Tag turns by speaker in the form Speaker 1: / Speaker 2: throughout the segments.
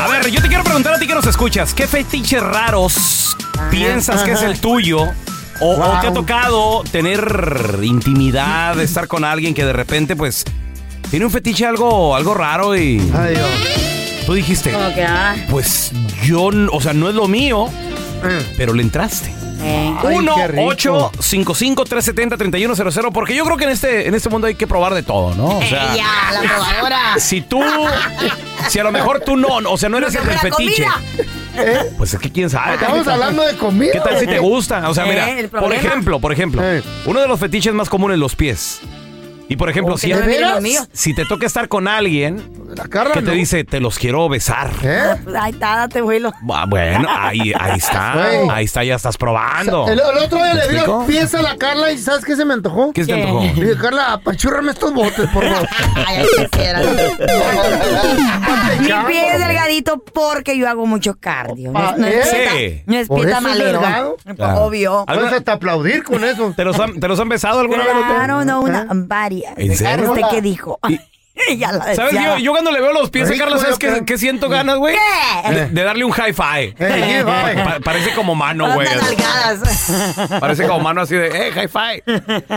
Speaker 1: A ver, yo te quiero preguntar a ti que nos escuchas, ¿qué fetiches raros piensas que es el tuyo? O, o
Speaker 2: Wow.
Speaker 1: te ha tocado tener intimidad, estar con alguien que de repente, pues, tiene un fetiche algo, algo raro y
Speaker 2: Ay, Dios.
Speaker 1: tú dijiste,
Speaker 3: Como que, ah,
Speaker 1: pues yo, n- o sea, no es lo mío,
Speaker 2: Mm.
Speaker 1: pero le entraste.
Speaker 3: eh.
Speaker 2: Ay, qué rico.
Speaker 1: 1-855-370-3100, porque yo creo que en este, en este mundo hay que probar de todo, ¿no? O sea,
Speaker 3: Ella, la probadora.
Speaker 1: si tú, si a lo mejor tú no, o sea, no eres el del
Speaker 3: la
Speaker 1: fetiche.
Speaker 3: comida.
Speaker 2: ¿Eh?
Speaker 1: Pues es que quién sabe.
Speaker 2: Estamos hablando de comida.
Speaker 1: ¿Qué tal si te gusta? O sea,
Speaker 3: Eh,
Speaker 1: mira,
Speaker 3: el
Speaker 1: por
Speaker 3: problema.
Speaker 1: ejemplo, por ejemplo,
Speaker 2: Eh.
Speaker 1: uno de los fetiches más comunes los pies. Y por ejemplo,
Speaker 3: Oh,
Speaker 1: si,
Speaker 3: que no me miren los
Speaker 1: si-
Speaker 3: míos.
Speaker 1: si te toca estar con alguien
Speaker 2: La Carla
Speaker 1: que te
Speaker 2: no.
Speaker 1: dice, te los quiero besar.
Speaker 2: ¿Eh?
Speaker 3: Pues Ahí está, date vuelo.
Speaker 1: Ah, Bueno, ahí, ahí
Speaker 2: Güey.
Speaker 1: está. Ahí está, ya estás probando.
Speaker 2: El, el otro día
Speaker 1: ¿Me
Speaker 2: le
Speaker 1: explico?
Speaker 2: dio pies a la Carla y ¿sabes qué se me antojó?
Speaker 1: ¿Qué se te
Speaker 3: ¿Qué?
Speaker 1: antojó?
Speaker 2: Le dije, Carla, apachúrrame estos botes, por favor.
Speaker 3: Ay, así será. Mi pie es delgadito porque yo hago mucho cardio. No es, no es
Speaker 2: Sí.
Speaker 3: pieta- no es
Speaker 2: Por
Speaker 3: pieta
Speaker 2: eso es
Speaker 3: malero.
Speaker 2: delgado.
Speaker 1: Claro.
Speaker 3: Obvio.
Speaker 1: ¿Alguna-
Speaker 2: Puedes hasta aplaudir con eso.
Speaker 1: ¿Te los han, te los han besado alguna vez? o
Speaker 3: Claro, no, una,
Speaker 2: ¿Eh?
Speaker 3: varias.
Speaker 1: ¿En serio?
Speaker 3: ¿Usted qué dijo? ya la
Speaker 1: qué? ¿Sabes?
Speaker 3: deseaba.
Speaker 1: Yo, yo cuando le veo los pies a
Speaker 2: Rico,
Speaker 1: Carla, ¿sabes
Speaker 2: yo creo.
Speaker 1: qué, qué siento ganas, güey? Eh,
Speaker 3: ¿Qué?
Speaker 1: De, de darle un high five.
Speaker 2: Eh, bye.
Speaker 1: Pa- parece como mano,
Speaker 3: Anda,
Speaker 1: güey.
Speaker 3: nalgadas.
Speaker 1: Parece como mano así de, eh, high five.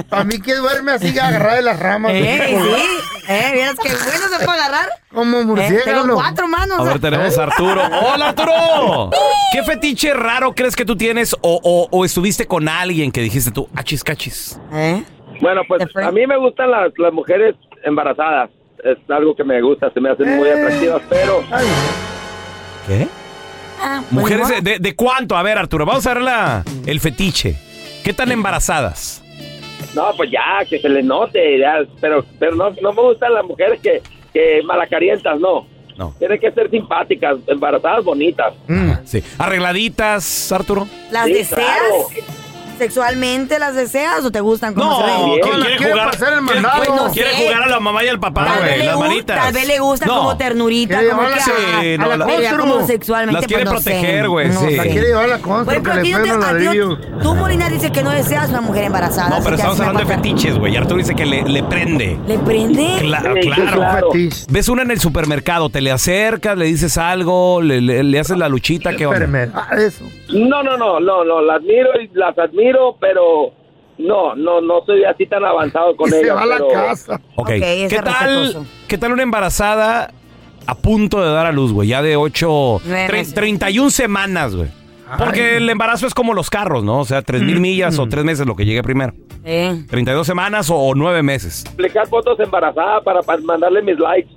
Speaker 2: A mí que duerme así agarrada de las ramas.
Speaker 3: Eh, sí. Eh, vieras que bueno se puede agarrar.
Speaker 2: Como
Speaker 3: Eh,
Speaker 2: murciélago.
Speaker 3: tengo cuatro manos.
Speaker 1: A ver, tenemos a Arturo. ¡Hola, Arturo! ¿Qué fetiche raro crees que tú tienes o, o- o estuviste con alguien que dijiste tú, achis, cachis?
Speaker 3: Eh,
Speaker 4: Bueno, pues
Speaker 3: ¿Te fue?
Speaker 4: a mí me gustan las, las mujeres embarazadas. Es algo que me gusta, se me hacen muy
Speaker 2: Eh.
Speaker 4: atractivas, pero
Speaker 2: Ay,
Speaker 1: ¿Qué?
Speaker 3: ah, pues,
Speaker 1: ¿Mujeres
Speaker 3: ni
Speaker 1: de,
Speaker 3: modo.
Speaker 1: de- de cuánto? A ver, Arturo, vamos a ver la, el fetiche. ¿Qué tan embarazadas?
Speaker 4: no, pues ya, que se les note, ya, pero pero no, no me gustan las mujeres que, que malacarientas, no.
Speaker 1: No.
Speaker 4: Tienen que ser simpáticas, embarazadas, bonitas.
Speaker 2: mm.
Speaker 1: Sí. ¿Arregladitas, Arturo?
Speaker 3: ¿Las
Speaker 4: Sí,
Speaker 3: deseas?
Speaker 4: claro.
Speaker 3: ¿Sexualmente las deseas o te gustan como se ven?
Speaker 1: No,
Speaker 4: bien.
Speaker 1: ¿quién
Speaker 2: ¿Quiere
Speaker 1: quiere jugar?
Speaker 2: pasar el
Speaker 1: ¿Quiere-
Speaker 2: mandado?
Speaker 1: quiere-
Speaker 3: Pues no
Speaker 1: quiere
Speaker 3: sé.
Speaker 1: jugar a la mamá y al papá,
Speaker 3: Tal
Speaker 1: güey,
Speaker 3: vez, le
Speaker 1: las
Speaker 3: gu-
Speaker 1: manitas.
Speaker 3: tal vez le gusta
Speaker 1: No.
Speaker 3: como ternurita,
Speaker 2: Quiere
Speaker 3: como que,
Speaker 2: llevarlas
Speaker 3: ah,
Speaker 1: Sí, no,
Speaker 3: a la
Speaker 1: la-
Speaker 3: pero ya
Speaker 2: Monstruo.
Speaker 3: como sexualmente.
Speaker 1: Las quiere
Speaker 3: pues, no sé.
Speaker 1: proteger, güey,
Speaker 3: No
Speaker 1: sí.
Speaker 2: La
Speaker 3: sé.
Speaker 2: quiere llevar a la
Speaker 3: Por
Speaker 2: contra,
Speaker 3: ejemplo,
Speaker 2: que
Speaker 3: a
Speaker 2: le
Speaker 3: ti no
Speaker 2: peguen
Speaker 3: te-
Speaker 2: los
Speaker 3: a ti no-
Speaker 2: ladrillos.
Speaker 3: tú, Molina, dices que no deseas una mujer embarazada.
Speaker 1: No,
Speaker 3: así
Speaker 1: pero
Speaker 3: que
Speaker 1: estamos
Speaker 3: así me
Speaker 1: hablando de
Speaker 3: pasa.
Speaker 1: fetiches, güey. Arturo dice que le, le prende.
Speaker 3: ¿Le prende?
Speaker 1: Claro,
Speaker 4: Sí, sí,
Speaker 1: claro.
Speaker 4: claro.
Speaker 2: Fetiche.
Speaker 1: Ves una en el supermercado, te le acercas, le dices algo, le, le- le haces la luchita, ¿qué onda?
Speaker 2: Espérame. Ah, eso.
Speaker 4: No, no, no, no, no, las miro y las admiro, pero no, no, no soy así tan avanzado
Speaker 2: Y
Speaker 4: con
Speaker 2: se
Speaker 4: ellas.
Speaker 2: va a la
Speaker 4: pero-
Speaker 2: casa.
Speaker 1: Ok,
Speaker 3: Ok, ese
Speaker 1: ¿Qué,
Speaker 3: es
Speaker 1: tal,
Speaker 3: respetuoso.
Speaker 1: ¿Qué tal una embarazada a punto de dar a luz, güey? Ya de 8,
Speaker 3: Nueve meses.
Speaker 1: 31 semanas, güey.
Speaker 2: Ay. Mm.
Speaker 1: Porque el embarazo es como los carros, ¿no? O sea, 3 mil millas o 3 meses, lo que llegue primero.
Speaker 3: Eh.
Speaker 1: 32 semanas o, o 9 meses.
Speaker 4: Aplicar fotos embarazadas para, para mandarle mis likes.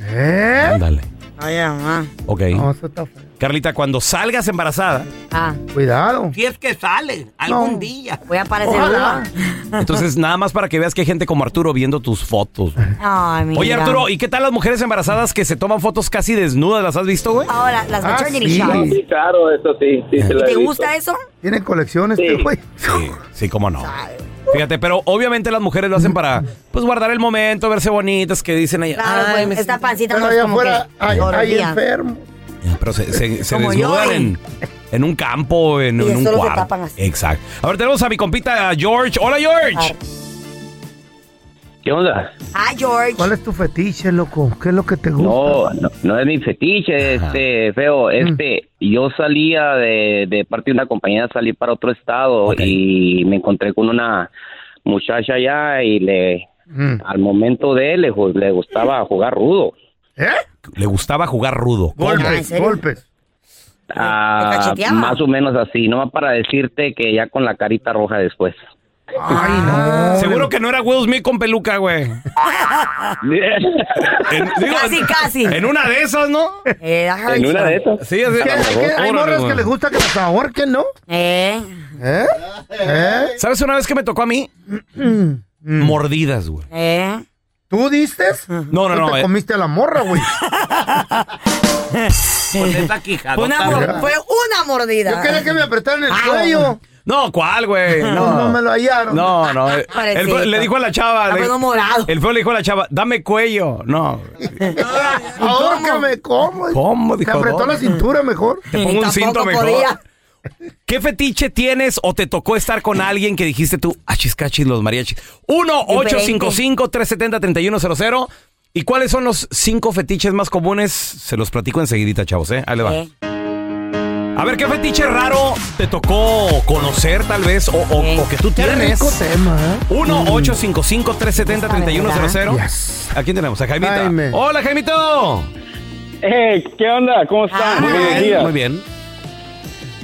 Speaker 2: ¿Eh?
Speaker 1: Ándale.
Speaker 3: Ay, mamá.
Speaker 1: Ok.
Speaker 2: No, eso está feo.
Speaker 1: Carlita, cuando salgas embarazada,
Speaker 3: Ah,
Speaker 2: Cuidado.
Speaker 5: Si es que sale, algún
Speaker 2: No.
Speaker 5: día.
Speaker 3: voy a aparecer
Speaker 2: Ojalá.
Speaker 1: entonces nada más para que veas que hay gente como Arturo viendo tus fotos.
Speaker 3: una. Ay, mira.
Speaker 1: Oye, Arturo, ¿y qué tal las mujeres embarazadas que se toman fotos casi desnudas? ¿Las has visto, güey?
Speaker 3: Ahora, las
Speaker 2: Ah,
Speaker 3: maternity
Speaker 2: sí.
Speaker 3: shots.
Speaker 4: Sí, claro, eso sí. sí se lo he
Speaker 3: ¿Te
Speaker 4: visto.
Speaker 3: gusta eso?
Speaker 2: Tiene colecciones,
Speaker 4: Sí.
Speaker 2: este güey.
Speaker 1: Sí, sí, cómo no. Fíjate, pero obviamente las mujeres lo hacen para pues guardar el momento, verse bonitas, que dicen ahí.
Speaker 3: Claro,
Speaker 1: "Ay,
Speaker 3: pues,
Speaker 1: me-
Speaker 3: esta pancita
Speaker 2: Pero
Speaker 3: no es
Speaker 2: allá
Speaker 3: como
Speaker 2: afuera
Speaker 3: que
Speaker 2: hay,
Speaker 3: todo el
Speaker 2: hay
Speaker 3: día.
Speaker 2: enfermos.
Speaker 1: Pero se, se- se
Speaker 3: Como
Speaker 1: desnudan
Speaker 3: yo, ¿eh?
Speaker 1: en, en un campo, en,
Speaker 3: Y
Speaker 1: en un
Speaker 3: solo se
Speaker 1: cuarto.
Speaker 3: tapan así.
Speaker 1: Exacto. A ver, tenemos a mi compita George. Hola, George.
Speaker 6: ¿Qué onda?
Speaker 3: Ah, George.
Speaker 2: ¿Cuál es tu fetiche, loco? ¿Qué es lo que te gusta?
Speaker 6: No, no, no es mi fetiche, este, feo,
Speaker 1: Mm.
Speaker 6: este, yo salía de, de parte de una compañía, salí para otro estado
Speaker 1: Ok.
Speaker 6: y me encontré con una muchacha allá y le,
Speaker 2: Mm.
Speaker 6: al momento de él, le, ju- le gustaba jugar rudo.
Speaker 2: ¿Eh?
Speaker 1: Le gustaba jugar rudo.
Speaker 3: Ah, ¿en
Speaker 2: Golpes,
Speaker 3: serio?
Speaker 2: golpes.
Speaker 6: Ah,
Speaker 3: cacheteaba?
Speaker 6: más o menos así, nomás para decirte que ya con la carita roja después.
Speaker 2: Ay, no.
Speaker 1: Seguro que no era Will Smith con peluca, güey. En- digo,
Speaker 3: Casi, casi.
Speaker 1: En una de esas, ¿no?
Speaker 3: Eh, ajá,
Speaker 6: en una de
Speaker 3: George.
Speaker 6: esas.
Speaker 1: Sí, así.
Speaker 2: ¿Qué- qué- hay morras que les gusta que las ahorquen, ¿no?
Speaker 3: Eh.
Speaker 2: ¿Eh? ¿Eh?
Speaker 1: ¿Sabes una vez que me tocó a mí?
Speaker 2: Mm.
Speaker 1: Mordidas, güey.
Speaker 3: Eh.
Speaker 2: ¿Tú diste?
Speaker 1: No, no,
Speaker 2: ¿Tú
Speaker 1: no.
Speaker 2: Te
Speaker 1: eh,
Speaker 2: comiste a la morra, güey.
Speaker 3: Pues,
Speaker 5: Con esa quijada.
Speaker 3: Una mor- fue una mordida.
Speaker 2: Yo quería que me apretaran el
Speaker 3: Ah.
Speaker 2: cuello.
Speaker 1: No, ¿cuál, güey?
Speaker 2: No, no me lo hallaron.
Speaker 1: No, no. eh,
Speaker 3: Parecito.
Speaker 1: el feo- le dijo a la
Speaker 3: Ah,
Speaker 1: chava. le-
Speaker 3: pero morado.
Speaker 1: el feo le dijo a la chava, dame cuello. No.
Speaker 2: Ahórcame, ¿cómo?
Speaker 1: ¿Cómo?
Speaker 2: Te
Speaker 1: Dijo,
Speaker 2: apretó
Speaker 1: "No".
Speaker 2: la cintura mejor.
Speaker 1: Te pongo un
Speaker 3: Tampoco
Speaker 1: cinto mejor.
Speaker 3: podía.
Speaker 1: ¿Qué fetiche tienes o te tocó estar con alguien que dijiste tú, achis cachis los mariachis? 1-855-370-3100. ¿Y cuáles son los cinco fetiches más comunes? Se los platico enseguidita, chavos, ¿eh? Ahí le va.
Speaker 3: Eh.
Speaker 1: A ver, ¿qué fetiche raro te tocó conocer, tal vez, o, o-
Speaker 3: Eh.
Speaker 1: o que tú
Speaker 2: Qué
Speaker 1: tienes?
Speaker 2: rico tema, ¿eh?
Speaker 1: 1-855-370-3100.
Speaker 2: Yes.
Speaker 1: ¿A quién tenemos? A Jaimita.
Speaker 2: Jaime.
Speaker 1: Hola, Jaimito.
Speaker 7: Hey, ¿qué onda? ¿Cómo
Speaker 3: Ah.
Speaker 7: están?
Speaker 3: Muy
Speaker 7: Buenos
Speaker 3: bien,
Speaker 7: días.
Speaker 1: Muy bien.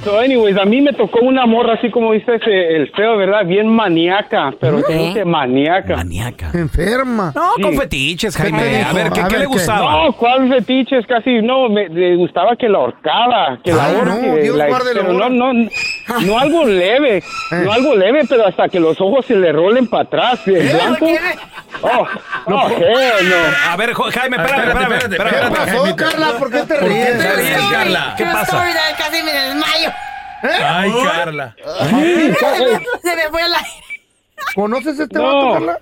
Speaker 7: So, anyways, a mí me tocó una morra así como dices eh, el feo, ¿verdad? Bien maníaca, pero
Speaker 3: ¿Qué?
Speaker 7: gente maníaca.
Speaker 1: Maniaca.
Speaker 2: Enferma.
Speaker 1: No, con fetiches, Jaime.
Speaker 2: te
Speaker 1: A ver,
Speaker 2: dijo?
Speaker 1: ¿qué,
Speaker 2: A
Speaker 1: qué
Speaker 2: ver,
Speaker 1: le
Speaker 2: ¿qué?
Speaker 1: gustaba?
Speaker 7: No, ¿cuál fetiche? Es casi, no, me, le gustaba que la ahorcaba, que la
Speaker 2: Ay,
Speaker 7: ahorque,
Speaker 2: no, Dios
Speaker 7: la-
Speaker 2: guarde Eh. la
Speaker 7: pero
Speaker 2: hora.
Speaker 7: no, no, no algo leve, no algo leve, pero hasta que los ojos se le rolen para atrás, el blanco. Oh, no, hell no.
Speaker 1: A ver, jo- Jaime,
Speaker 2: Ah,
Speaker 1: espérame, espérame,
Speaker 5: espérate, espérate,
Speaker 1: espérame.
Speaker 2: ¿Qué
Speaker 1: espérame.
Speaker 2: pasó, Oh, Carla? ¿Por qué te
Speaker 1: ¿Por qué
Speaker 2: ríes?
Speaker 1: te ríes, Carla? ¿Qué
Speaker 3: True
Speaker 1: pasa?
Speaker 3: story, Dad, Casi me desmayo.
Speaker 5: Ay, Carla.
Speaker 3: Se me fue el aire.
Speaker 2: ¿Conoces este
Speaker 7: No.
Speaker 2: vato, Carla?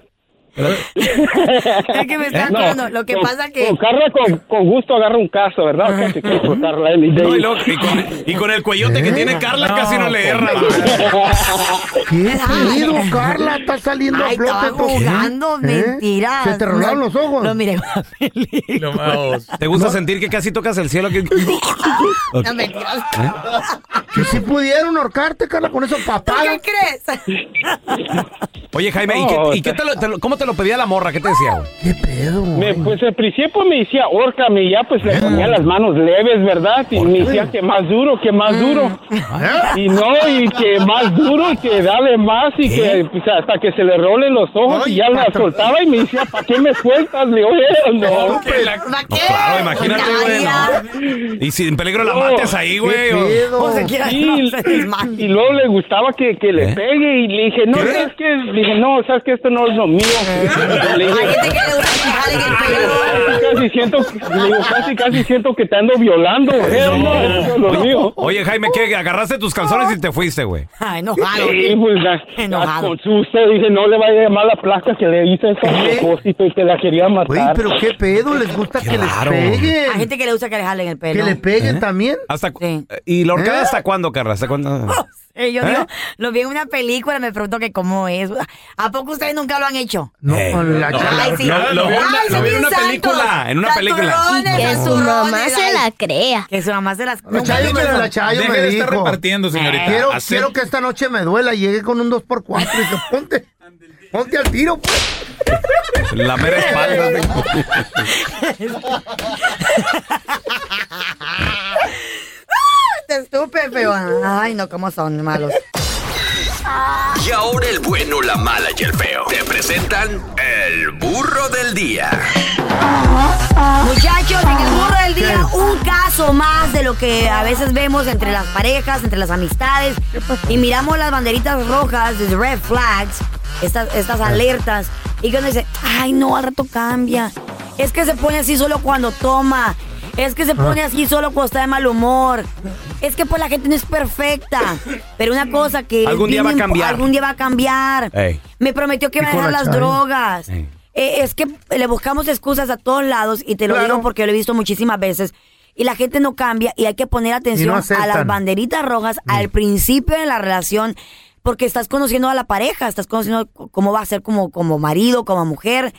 Speaker 3: Es que me está acordando. Lo que
Speaker 7: con-
Speaker 3: pasa que.
Speaker 7: Con Carla, con, con gusto agarra un caso, ¿verdad? Casi que con Carla any day.
Speaker 1: No, y, luego- y con, y con el cuellote que tiene Carla casi no le erra.
Speaker 2: ¿Qué pedo, Carla? Está saliendo
Speaker 3: Ay,
Speaker 2: a flote
Speaker 3: estaba
Speaker 2: todo.
Speaker 3: jugando,
Speaker 2: ¿Eh?
Speaker 3: mentiras.
Speaker 2: ¿Se te rolaron los ojos?
Speaker 3: No, mire,
Speaker 5: Lo vamos.
Speaker 1: ¿Te gusta sentir que casi tocas el cielo? Que...
Speaker 3: no, mentiras.
Speaker 2: ¿Eh? Que si pudieron ahorcarte, Carla, con esos
Speaker 3: ¿Tú
Speaker 2: papadas.
Speaker 3: qué crees?
Speaker 1: Oye, Jaime, ¿y,
Speaker 7: No,
Speaker 1: qué,
Speaker 7: o
Speaker 1: y qué te lo- te lo- cómo te lo pedía la morra? ¿Qué te decía? güey?
Speaker 2: ¿Qué pedo?
Speaker 7: Me-
Speaker 2: güey?
Speaker 7: pues al principio me decía, órcame, y ya pues le ponía las manos leves, ¿verdad? Y me decía que más duro, que más duro. Y no, y que más duro, y que dale más, y que pues, hasta que se le rolen los ojos,
Speaker 2: Ay,
Speaker 7: y ya la
Speaker 2: patrón.
Speaker 7: soltaba y me decía, ¿para qué me sueltas? Le digo, "Eh, no.
Speaker 3: ¿Va
Speaker 1: No,
Speaker 3: qué?
Speaker 1: claro, imagínate, güey.
Speaker 3: Nadia.
Speaker 1: no. Y si en peligro la
Speaker 7: No.
Speaker 1: mates ahí, güey.
Speaker 2: ¿Qué
Speaker 1: o-
Speaker 2: pedo?
Speaker 3: O se quiera
Speaker 7: Y,
Speaker 3: no, se desmaya.
Speaker 7: y luego le gustaba que, que le
Speaker 1: ¿Eh?
Speaker 7: pegue y le dije, no,
Speaker 1: ¿Qué?
Speaker 7: ¿sabes qué? Le dije, no, ¿sabes que Esto no es lo mío. Le
Speaker 3: Hay
Speaker 7: dije,
Speaker 3: gente que le gusta que le jalen el pelo.
Speaker 7: casi, casi siento, le digo, casi, casi siento que te ando violando. Eh, no, eso es lo mío.
Speaker 1: Oye, Jaime, ¿qué? Agarraste tus calzones y te fuiste, güey.
Speaker 3: Ay, no, jalo.
Speaker 7: Sí, pues, la- la-
Speaker 3: Ah, Enojado.
Speaker 7: con susto dije, no le vaya a llamar la placa que le hice eso a propósito y que la quería
Speaker 2: Güey,
Speaker 7: matar.
Speaker 2: pero qué pedo, les gusta que
Speaker 1: raro. ¿eh?
Speaker 2: les
Speaker 3: Hay
Speaker 2: peguen.
Speaker 3: gente que le gusta que le jalen el pelo.
Speaker 2: Que le peguen también.
Speaker 1: Hasta, cu-
Speaker 3: Sí.
Speaker 1: ¿Y la horcada
Speaker 2: ¿Eh?
Speaker 1: hasta cuándo, Carla? ¿Hasta cuándo?
Speaker 3: Eh, yo
Speaker 1: ¿Eh?
Speaker 3: digo, lo vi en una película, me pregunto que cómo es. ¿A poco ustedes nunca lo han hecho?
Speaker 2: No,
Speaker 1: Ey.
Speaker 2: la chala.
Speaker 3: Ay, sí.
Speaker 1: Lo- lo vi en una-
Speaker 3: Ay,
Speaker 1: lo vi
Speaker 3: son
Speaker 1: en
Speaker 3: bien
Speaker 1: una
Speaker 3: santos.
Speaker 1: película, en una película.
Speaker 3: Santurrones,
Speaker 8: Que su
Speaker 3: santurrones,
Speaker 8: mamá se
Speaker 3: ay.
Speaker 8: la crea.
Speaker 3: Que su mamá se las...
Speaker 2: La
Speaker 3: Nunca
Speaker 2: Chayo
Speaker 3: han
Speaker 2: me,
Speaker 3: hecho
Speaker 2: la
Speaker 3: eso.
Speaker 2: Chayo
Speaker 5: Deje
Speaker 2: me
Speaker 5: de estar
Speaker 2: dijo.
Speaker 5: repartiendo, señorita.
Speaker 2: Quiero,
Speaker 5: Así-
Speaker 2: quiero que esta noche me duela. Llegué con un 2x4 y dije, ponte, ponte al tiro, pues.
Speaker 1: La mera espalda. güey.
Speaker 3: Ah, Estupe, pero... Ay, no, cómo son malos.
Speaker 9: Y ahora el bueno, la mala y el feo. Te presentan el burro del día.
Speaker 3: Muchachos, en el burro del día, un caso más de lo que a veces vemos entre las parejas, entre las amistades. Y miramos las banderitas rojas, las red flags, estas, estas alertas. Y que uno dice, ay, no, al rato cambia. Es que se pone así solo cuando toma. Es
Speaker 1: Ah.
Speaker 3: que se pone así solo cuando está de mal humor. Es que pues la gente no es perfecta. Pero una cosa que... es
Speaker 1: Algún día
Speaker 3: bien
Speaker 1: va a
Speaker 3: impo-
Speaker 1: cambiar.
Speaker 3: Algún día va a cambiar.
Speaker 1: Ey.
Speaker 3: Me prometió que
Speaker 1: Y
Speaker 3: va a dejar las
Speaker 1: corrachal.
Speaker 3: drogas.
Speaker 1: Ey.
Speaker 3: Eh, es que le buscamos excusas a todos lados y te lo digo porque lo he visto muchísimas veces. Y la gente no cambia y hay que poner atención a
Speaker 8: aceptan.
Speaker 3: las banderitas rojas al principio de la relación porque estás conociendo a la pareja, estás conociendo c- cómo va a ser como, como marido, como mujer.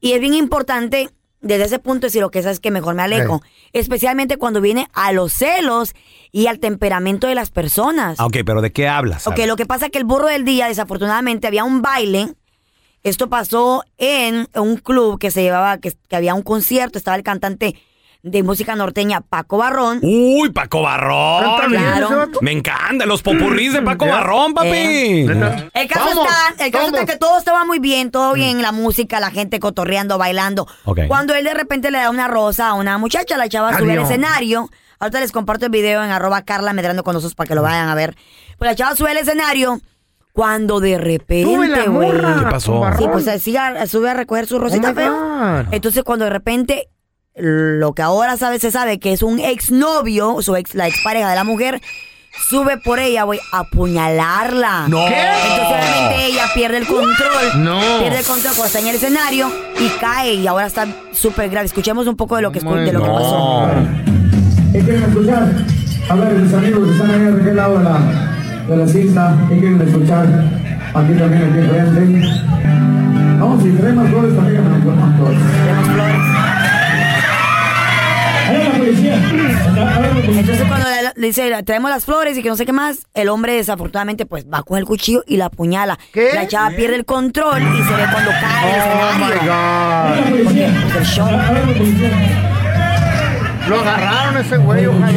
Speaker 3: Y es bien importante desde ese punto decir, ok, sabes que mejor me alejo. Especialmente cuando viene a los celos y al temperamento de las personas.
Speaker 1: Ah, ok, pero ¿de qué hablas? A
Speaker 3: Ok,
Speaker 1: ver.
Speaker 3: lo que pasa es que el burro del día, desafortunadamente, había un baile. Esto pasó en un club que se llevaba, que, que había un concierto, estaba el cantante de música norteña Paco Barrón.
Speaker 1: Uy, Paco Barrón.
Speaker 3: Claro.
Speaker 1: Me encanta, los popurrís de Paco
Speaker 3: Ya.
Speaker 1: Barrón, papi.
Speaker 3: Eh. El caso,
Speaker 8: Vamos,
Speaker 3: está, el caso está
Speaker 8: vamos. Mm.
Speaker 3: que todo estaba muy bien, todo bien, la música, la gente cotorreando, bailando.
Speaker 8: Ok.
Speaker 3: Cuando él de repente le da una rosa a una muchacha, la chava sube al
Speaker 8: Adiós.
Speaker 3: escenario. Ahorita les comparto el video en arroba Carla Medrano con nosotros para que lo
Speaker 8: Mm.
Speaker 3: vayan a ver. Pues la chava sube al escenario. Cuando de repente, güey.
Speaker 1: ¿Qué pasó?
Speaker 3: Sí, pues así a- sube a recoger su rosita
Speaker 8: Oh my
Speaker 3: feo. Entonces, cuando de repente, lo que ahora sabe, se sabe que es un exnovio, su ex, la expareja de la mujer, sube por ella, güey, a apuñalarla.
Speaker 8: No. ¿Qué?
Speaker 3: Ah. Entonces, obviamente, ella pierde el control.
Speaker 8: No.
Speaker 3: Pierde el control cuando está en el escenario y cae y ahora está súper grave. Escuchemos un poco de lo que, escu- de lo que pasó.
Speaker 10: Hay que escuchar. A ver, mis amigos que están ahí de aquel lado de la, de la cinta, hay que escuchar. Aquí también, aquí enfrente. Vamos, y traemos flores también, nos ponemos flores. Ahí la policía. Ahí la policía.
Speaker 3: Entonces cuando le- le dice, traemos las flores y que no sé qué más, el hombre desafortunadamente pues va a coger el cuchillo y la apuñala. La chava pierde el control y se ve cuando cae del
Speaker 8: Oh,
Speaker 3: escenario. Porque, pues, el shock.
Speaker 2: Lo agarraron ese güey, ojalá.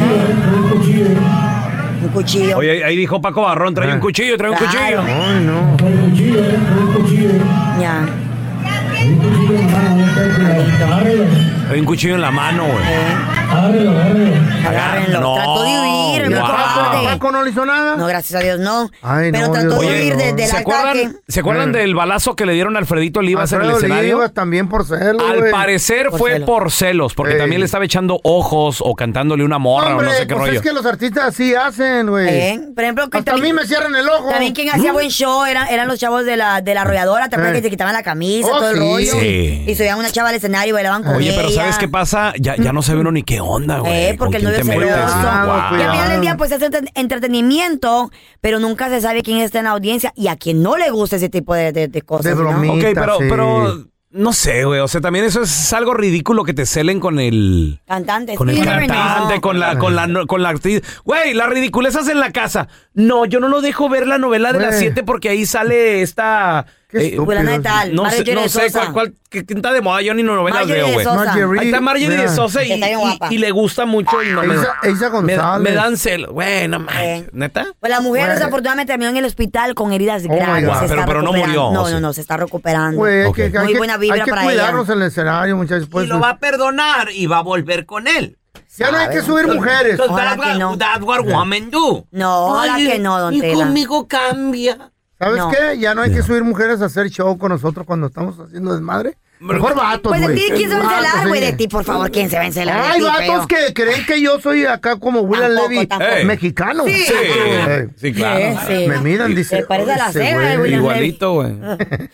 Speaker 3: Un cuchillo.
Speaker 1: Oye, ahí dijo Paco Barrón, trae un cuchillo, trae un
Speaker 3: Claro.
Speaker 1: cuchillo.
Speaker 3: Ay,
Speaker 1: no.
Speaker 3: Ya.
Speaker 1: Trae un cuchillo en la mano, güey.
Speaker 3: Eh. Agárrenlo.
Speaker 1: No.
Speaker 3: Trató de huir, no
Speaker 1: Wow.
Speaker 3: cobarde. no le hizo nada? No, gracias a Dios, no.
Speaker 1: Ah,
Speaker 3: Pero
Speaker 2: no, Dios
Speaker 3: trató de
Speaker 2: mío.
Speaker 3: huir desde el
Speaker 1: ¿Se
Speaker 3: ataque.
Speaker 1: acuerdan, ¿Se acuerdan del balazo que le dieron a Alfredito Olivas en el
Speaker 2: Alfredo
Speaker 1: escenario?
Speaker 2: Olivas también por celos,
Speaker 1: Al
Speaker 2: güey.
Speaker 1: parecer fue por celos, porque
Speaker 2: Ey.
Speaker 1: también le estaba echando ojos o cantándole una morra
Speaker 2: Hombre,
Speaker 1: o no sé qué
Speaker 2: pues
Speaker 1: rollo.
Speaker 2: es que los artistas así hacen, güey.
Speaker 3: ¿Eh? Por ejemplo, que
Speaker 2: Hasta a mí me cierran el ojo. Mm.
Speaker 3: También quien hacía buen show eran, eran los chavos de la, de la arrolladora, te acuerdas
Speaker 2: Eh.
Speaker 3: que se quitaban la camisa,
Speaker 2: Oh,
Speaker 3: todo el
Speaker 2: sí.
Speaker 3: rollo.
Speaker 1: Sí.
Speaker 3: Y subían una chava al escenario y bailaban con
Speaker 1: Oye,
Speaker 3: ella.
Speaker 1: pero ¿sabes qué pasa? Ya, ya no se ve uno ni qué onda, güey.
Speaker 3: Eh, porque el
Speaker 1: ¿Con
Speaker 3: novio
Speaker 1: quién te
Speaker 3: se
Speaker 1: metes?
Speaker 2: Ah,
Speaker 3: cuidado,
Speaker 1: Guau.
Speaker 3: Y al final
Speaker 1: Ah.
Speaker 3: del día, pues es entre- entretenimiento, pero nunca se sabe quién está en la audiencia y a quien no le gusta ese tipo de, de- de cosas. ¿no?
Speaker 1: Ok, pero, pero no sé, güey. O sea, también eso es algo ridículo que te celen con el...
Speaker 3: Cantante.
Speaker 1: Con el
Speaker 3: sí, Lauren,
Speaker 1: cantante,
Speaker 3: no.
Speaker 1: con la, con la, no- con la actriz. Güey, las ridiculezas en la casa. No, yo no lo dejo ver la novela de las
Speaker 3: Güey.
Speaker 1: 7 porque ahí sale esta. eh,
Speaker 3: Fulana de tal,
Speaker 1: No
Speaker 3: Marjorie
Speaker 1: sé, no
Speaker 3: de
Speaker 1: sé
Speaker 3: Sosa.
Speaker 1: cuál, cuál- qué- quién está de moda. Yo ni novelas
Speaker 3: Marjorie
Speaker 1: veo,
Speaker 3: de
Speaker 1: güey.
Speaker 3: Sosa. Marjorie,
Speaker 1: Ahí está Marjorie
Speaker 3: mira.
Speaker 1: de Sosa y,
Speaker 3: Está bien
Speaker 1: y-
Speaker 3: guapa.
Speaker 1: y le gusta mucho. Y no me,
Speaker 3: Eiza- Eiza
Speaker 1: me-
Speaker 3: González.
Speaker 1: me dan celo. Güey, no manches. ¿Neta?
Speaker 3: Pues la mujer
Speaker 1: Güey.
Speaker 3: desafortunadamente terminó en el hospital con heridas
Speaker 1: my
Speaker 3: graves.
Speaker 1: God.
Speaker 3: se
Speaker 1: Pero-
Speaker 3: está
Speaker 1: pero no
Speaker 3: recuperando.
Speaker 1: murió,
Speaker 3: No,
Speaker 1: sí.
Speaker 3: no, no, se está recuperando.
Speaker 2: Oh Güey, hay que- hay
Speaker 3: Muy
Speaker 2: que-
Speaker 3: buena vibra
Speaker 2: hay que
Speaker 3: para
Speaker 2: cuidarnos
Speaker 3: ella.
Speaker 2: en el escenario, muchachos. Pues,
Speaker 11: y lo va a perdonar y va a volver con él.
Speaker 2: Ya no hay que subir mujeres.
Speaker 11: Entonces,
Speaker 2: Ojalá
Speaker 11: that's,
Speaker 2: que
Speaker 11: what-
Speaker 2: no.
Speaker 11: that's what women do.
Speaker 3: No, ojalá
Speaker 11: Ay,
Speaker 3: que no, don
Speaker 11: Y
Speaker 3: Tela.
Speaker 11: conmigo cambia.
Speaker 2: ¿Sabes
Speaker 11: No.
Speaker 2: qué? Ya no hay que subir mujeres a hacer show con nosotros cuando estamos haciendo desmadre. Mejor vatos,
Speaker 3: Pues
Speaker 2: güey.
Speaker 3: de ti, ¿quién se va a
Speaker 2: Vatos,
Speaker 3: encelar, güey?
Speaker 2: sí.
Speaker 3: De ti, por favor, ¿quién se va a encelar? de
Speaker 2: Hay
Speaker 3: ti,
Speaker 2: vatos
Speaker 3: feo?
Speaker 2: que creen que yo soy acá como William
Speaker 3: Tampoco,
Speaker 2: Levy,
Speaker 3: tampoco.
Speaker 2: eh, mexicano.
Speaker 3: Sí. Sí.
Speaker 2: Eh,
Speaker 1: Sí, claro.
Speaker 3: Sí, sí.
Speaker 2: Me miran, dice.
Speaker 3: Se parece a la
Speaker 2: "Ese
Speaker 3: ceba de
Speaker 2: güey".
Speaker 3: William
Speaker 1: Igualito, güey.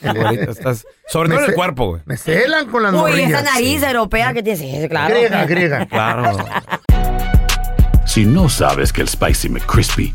Speaker 1: Igualito estás. Sobre
Speaker 2: Me
Speaker 1: todo en el
Speaker 2: ce-
Speaker 1: cuerpo, güey.
Speaker 2: Me celan con las
Speaker 3: Uy,
Speaker 2: morrillas.
Speaker 3: esa nariz europea que tienes, sí, claro.
Speaker 2: Griega, griega.
Speaker 1: Claro.
Speaker 12: Si no sabes que el Spicy McCrispy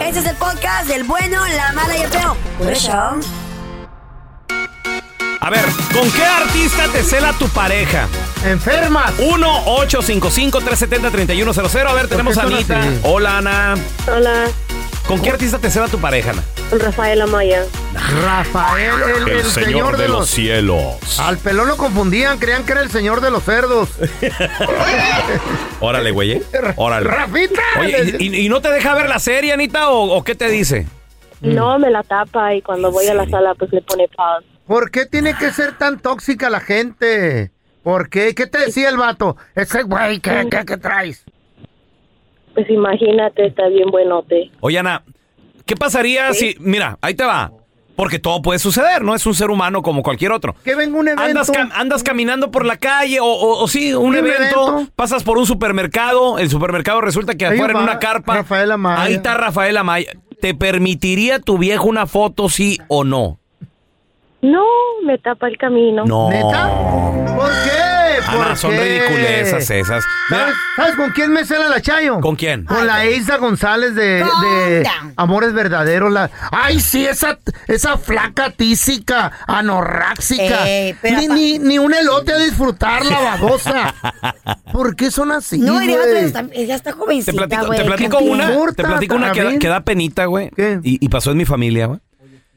Speaker 3: Este es el podcast del bueno, la mala y el feo. Por eso.
Speaker 1: A ver, ¿con qué artista te cela tu pareja?
Speaker 2: Enferma.
Speaker 1: 1-855-370-3100. A ver, tenemos a
Speaker 8: son
Speaker 1: Anita.
Speaker 8: así?
Speaker 1: Hola, Ana.
Speaker 8: Hola,
Speaker 1: ¿Con qué artista te cela tu pareja, Ana?
Speaker 8: Rafael Amaya.
Speaker 2: Rafael, el, el señor, de, los...
Speaker 1: cielos.
Speaker 2: Al pelón lo confundían, creían que era el señor de los cerdos.
Speaker 1: Órale, güey. ¿eh? Órale.
Speaker 2: ¡Rafita!
Speaker 1: Oye, ¿y, y- y no te deja ver la serie, Anita, o, o qué te dice? Mm.
Speaker 8: No, me la tapa y cuando voy a la sala pues le pone pause.
Speaker 2: ¿Por qué tiene que ser tan tóxica la gente? ¿Por qué? ¿Qué te decía el vato? Ese güey, ¿qué, qué, qué traes?
Speaker 8: Pues imagínate, está bien buenote.
Speaker 1: Oye, Ana, ¿qué pasaría si. Mira, ahí te va. Porque todo puede suceder, no es un ser humano como cualquier otro.
Speaker 2: Que venga un evento.
Speaker 1: Andas, cam- andas caminando por la calle o, o- o sí, un,
Speaker 2: Un
Speaker 1: evento,
Speaker 2: evento.
Speaker 1: pasas por un supermercado, el supermercado resulta que
Speaker 2: Ahí
Speaker 1: afuera en
Speaker 2: va
Speaker 1: una carpa,
Speaker 2: Rafael Amaya.
Speaker 1: ahí está Rafael Amaya. ¿Te permitiría tu viejo una foto, sí o no?
Speaker 8: No, me tapa el camino.
Speaker 1: No.
Speaker 2: ¿Por qué? ¿Por
Speaker 1: Ana, Ah, son
Speaker 2: qué?
Speaker 1: ridiculezas esas.
Speaker 2: ¿Sabes, sabes con quién me cela la Chayo?
Speaker 1: ¿Con quién?
Speaker 2: Con la Isa González de, de Amores Verdaderos. La... Ay, sí, esa, esa flaca tísica, anorráxica.
Speaker 3: Ey, pero
Speaker 2: ni,
Speaker 3: apa-
Speaker 2: ni, ni un elote a disfrutar, la babosa. ¿Por qué son así?
Speaker 3: No, y de
Speaker 2: güey?
Speaker 3: otra, está- ella eh, está jovencita,
Speaker 1: Te platico,
Speaker 3: güey.
Speaker 1: te platico
Speaker 3: ¿Qué
Speaker 1: una,
Speaker 3: importa?
Speaker 1: te platico una que, da- que da penita, güey. Y, y pasó en mi familia, güey.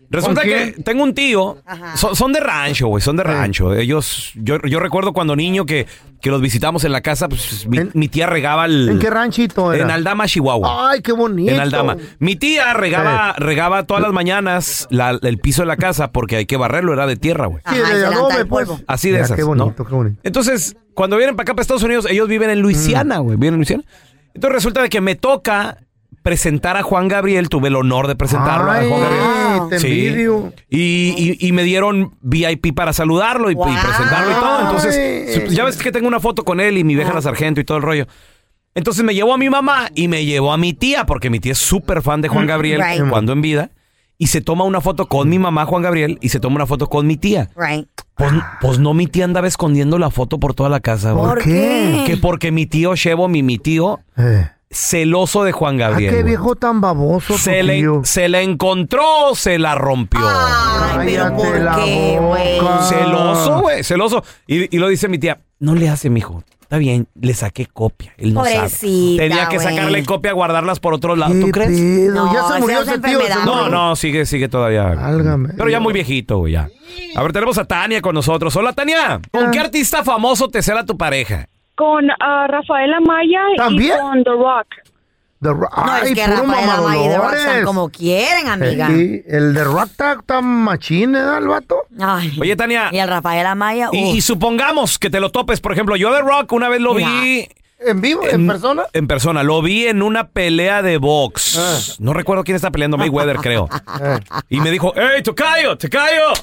Speaker 1: Resulta
Speaker 2: ¿Con
Speaker 1: que
Speaker 2: quién?
Speaker 1: tengo un tío, son, son de rancho, güey, son de rancho. Ellos, yo, yo recuerdo cuando niño que, que los visitamos en la casa, pues mi, mi tía regaba el...
Speaker 2: ¿En qué ranchito era?
Speaker 1: En Aldama, Chihuahua.
Speaker 2: Ay, qué bonito.
Speaker 1: En Aldama. Mi tía regaba, regaba todas las mañanas la- el piso de la casa porque hay que barrerlo, era de tierra, güey.
Speaker 2: Sí, de adobe, pues.
Speaker 1: Así de
Speaker 2: Mira,
Speaker 1: esas,
Speaker 2: Qué bonito, qué bonito.
Speaker 1: Entonces, cuando vienen para acá, para Estados Unidos, ellos viven en Luisiana,
Speaker 2: Mm.
Speaker 1: güey. Viven en Luisiana. Entonces resulta de que me toca presentar a Juan Gabriel. Tuve el honor de presentarlo a Juan
Speaker 3: Ah.
Speaker 1: Gabriel.
Speaker 2: te
Speaker 1: Sí.
Speaker 2: envidio.
Speaker 1: Y, y- y me dieron VIP para saludarlo y, y presentarlo y todo. Entonces,
Speaker 2: Ay.
Speaker 1: su- ya ves que tengo una foto con él y mi vieja la sargento y todo el rollo. Entonces me llevó a mi mamá y me llevó a mi tía, porque mi tía es súper fan de Juan Gabriel
Speaker 3: Mm, Right.
Speaker 1: cuando en vida. Y se toma una foto con mi mamá, Juan Gabriel, y se toma una foto con mi tía.
Speaker 3: Right.
Speaker 1: Pues, pues no, mi tía andaba escondiendo la foto por toda la casa. güey.
Speaker 3: ¿Por qué?
Speaker 1: Que porque mi tío Chevo, mi, mi tío, celoso de Juan
Speaker 2: Eh. Ah,
Speaker 1: Gabriel.
Speaker 2: qué
Speaker 1: güey.
Speaker 2: viejo tan baboso.
Speaker 1: se,
Speaker 2: tu
Speaker 1: le,
Speaker 2: tío.
Speaker 1: se le encontró, se la rompió.
Speaker 2: Cállate la boca.
Speaker 1: Celoso, güey, celoso. Y, y lo dice mi tía, no le hace, mijo. Está bien, le saqué copia. Él no sabe.
Speaker 3: Pobrecita,
Speaker 1: Tenía que
Speaker 3: güey.
Speaker 1: sacarle copia, guardarlas por otro lado. ¿Tú
Speaker 2: ¿Qué
Speaker 1: crees?
Speaker 2: pedo? ya
Speaker 3: No,
Speaker 2: se murió
Speaker 3: esa es
Speaker 2: ese tío.
Speaker 3: enfermedad,
Speaker 2: ese
Speaker 1: No,
Speaker 2: güey.
Speaker 1: no, sigue, sigue todavía. Pero ya muy viejito, güey, ya. A ver, tenemos a Tania con nosotros. Hola, Tania.
Speaker 2: Ah.
Speaker 1: ¿Con qué artista famoso te será tu pareja?
Speaker 8: Con ah, Rafael Amaya
Speaker 2: ¿También?
Speaker 8: y con The Rock.
Speaker 2: The Rock.
Speaker 3: No,
Speaker 2: Ay,
Speaker 3: es que
Speaker 2: puro
Speaker 3: Rafael Amaya y The Rock
Speaker 2: mamadores.
Speaker 3: son como quieren, ah. amiga.
Speaker 2: Sí, el de Rock está está machín, ¿eh, el vato?
Speaker 3: Ay.
Speaker 1: Oye, Tania.
Speaker 3: Y el Rafael Amaya.
Speaker 1: Y,
Speaker 3: uh.
Speaker 1: y supongamos que te lo topes, por ejemplo, yo de Rock una vez lo vi.
Speaker 2: ¿En vivo? ¿En, persona?
Speaker 1: En persona, lo vi en una pelea de box.
Speaker 2: Ah.
Speaker 1: No recuerdo quién está peleando, Mayweather, creo. Y me dijo, ¡Ey, Tocayo, Tocayo!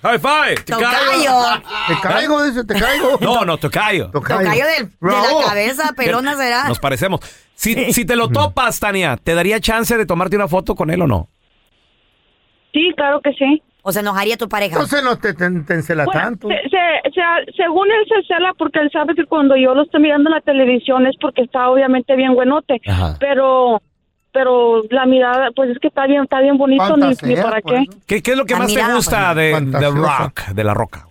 Speaker 1: ¡High five!
Speaker 3: Tocayo.
Speaker 2: Te caigo, dice, te caigo.
Speaker 1: No, no, Tocayo.
Speaker 3: Tocayo del- de
Speaker 2: Raúl.
Speaker 3: la cabeza, pelona será.
Speaker 1: Nos parecemos. Si, si te lo topas, Tania, ¿te daría chance de tomarte una foto con él o no?
Speaker 8: Sí, claro que sí.
Speaker 3: O se enojaría tu pareja.
Speaker 2: Entonces no te, te, te encela
Speaker 8: Bueno,
Speaker 2: tanto.
Speaker 8: se- se- se- según él se cela porque él sabe que cuando yo lo estoy mirando en la televisión es porque está obviamente bien buenote,
Speaker 1: Ajá.
Speaker 8: pero pero la mirada pues es que está bien está bien bonito ni, ni
Speaker 2: Fantasea,
Speaker 8: para
Speaker 2: por
Speaker 8: qué.
Speaker 2: eso.
Speaker 1: ¿Qué, qué es lo que
Speaker 3: La
Speaker 1: más te
Speaker 3: mirada,
Speaker 1: gusta de, de Rock, de la roca?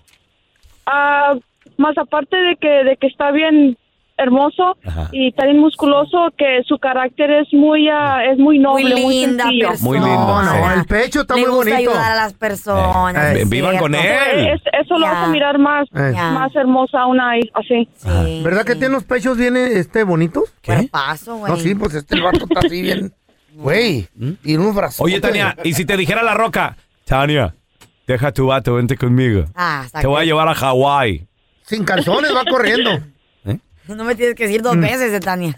Speaker 8: Ah, más aparte de que de que está bien hermoso
Speaker 1: Ajá.
Speaker 8: y tan musculoso que su carácter es muy ah, es muy noble, muy,
Speaker 3: linda
Speaker 8: sencillo.
Speaker 1: Muy lindo. sí.
Speaker 2: El pecho está
Speaker 3: Le
Speaker 2: muy
Speaker 3: gusta
Speaker 2: bonito.
Speaker 3: ayudar a las personas.
Speaker 1: Eh,
Speaker 3: es
Speaker 1: vivan
Speaker 3: cierto.
Speaker 1: con él.
Speaker 8: Es- eso lo hace mirar más
Speaker 2: Eh.
Speaker 8: más hermosa una ahí, así.
Speaker 1: Ah.
Speaker 2: ¿Verdad que tiene los pechos bien este, bonitos? ¿Qué?
Speaker 3: Paso, güey.
Speaker 2: No, sí, pues este vato está así bien. Güey, tiene unos brazos.
Speaker 1: ¿Mm? Oye, Tania, y si te dijera la roca, Tania, deja tu vato, vente conmigo.
Speaker 3: Ah, está
Speaker 1: Te voy a llevar a Hawái.
Speaker 2: Sin calzones va corriendo.
Speaker 3: No me tienes que decir dos
Speaker 1: Mm.
Speaker 3: veces, de Tania.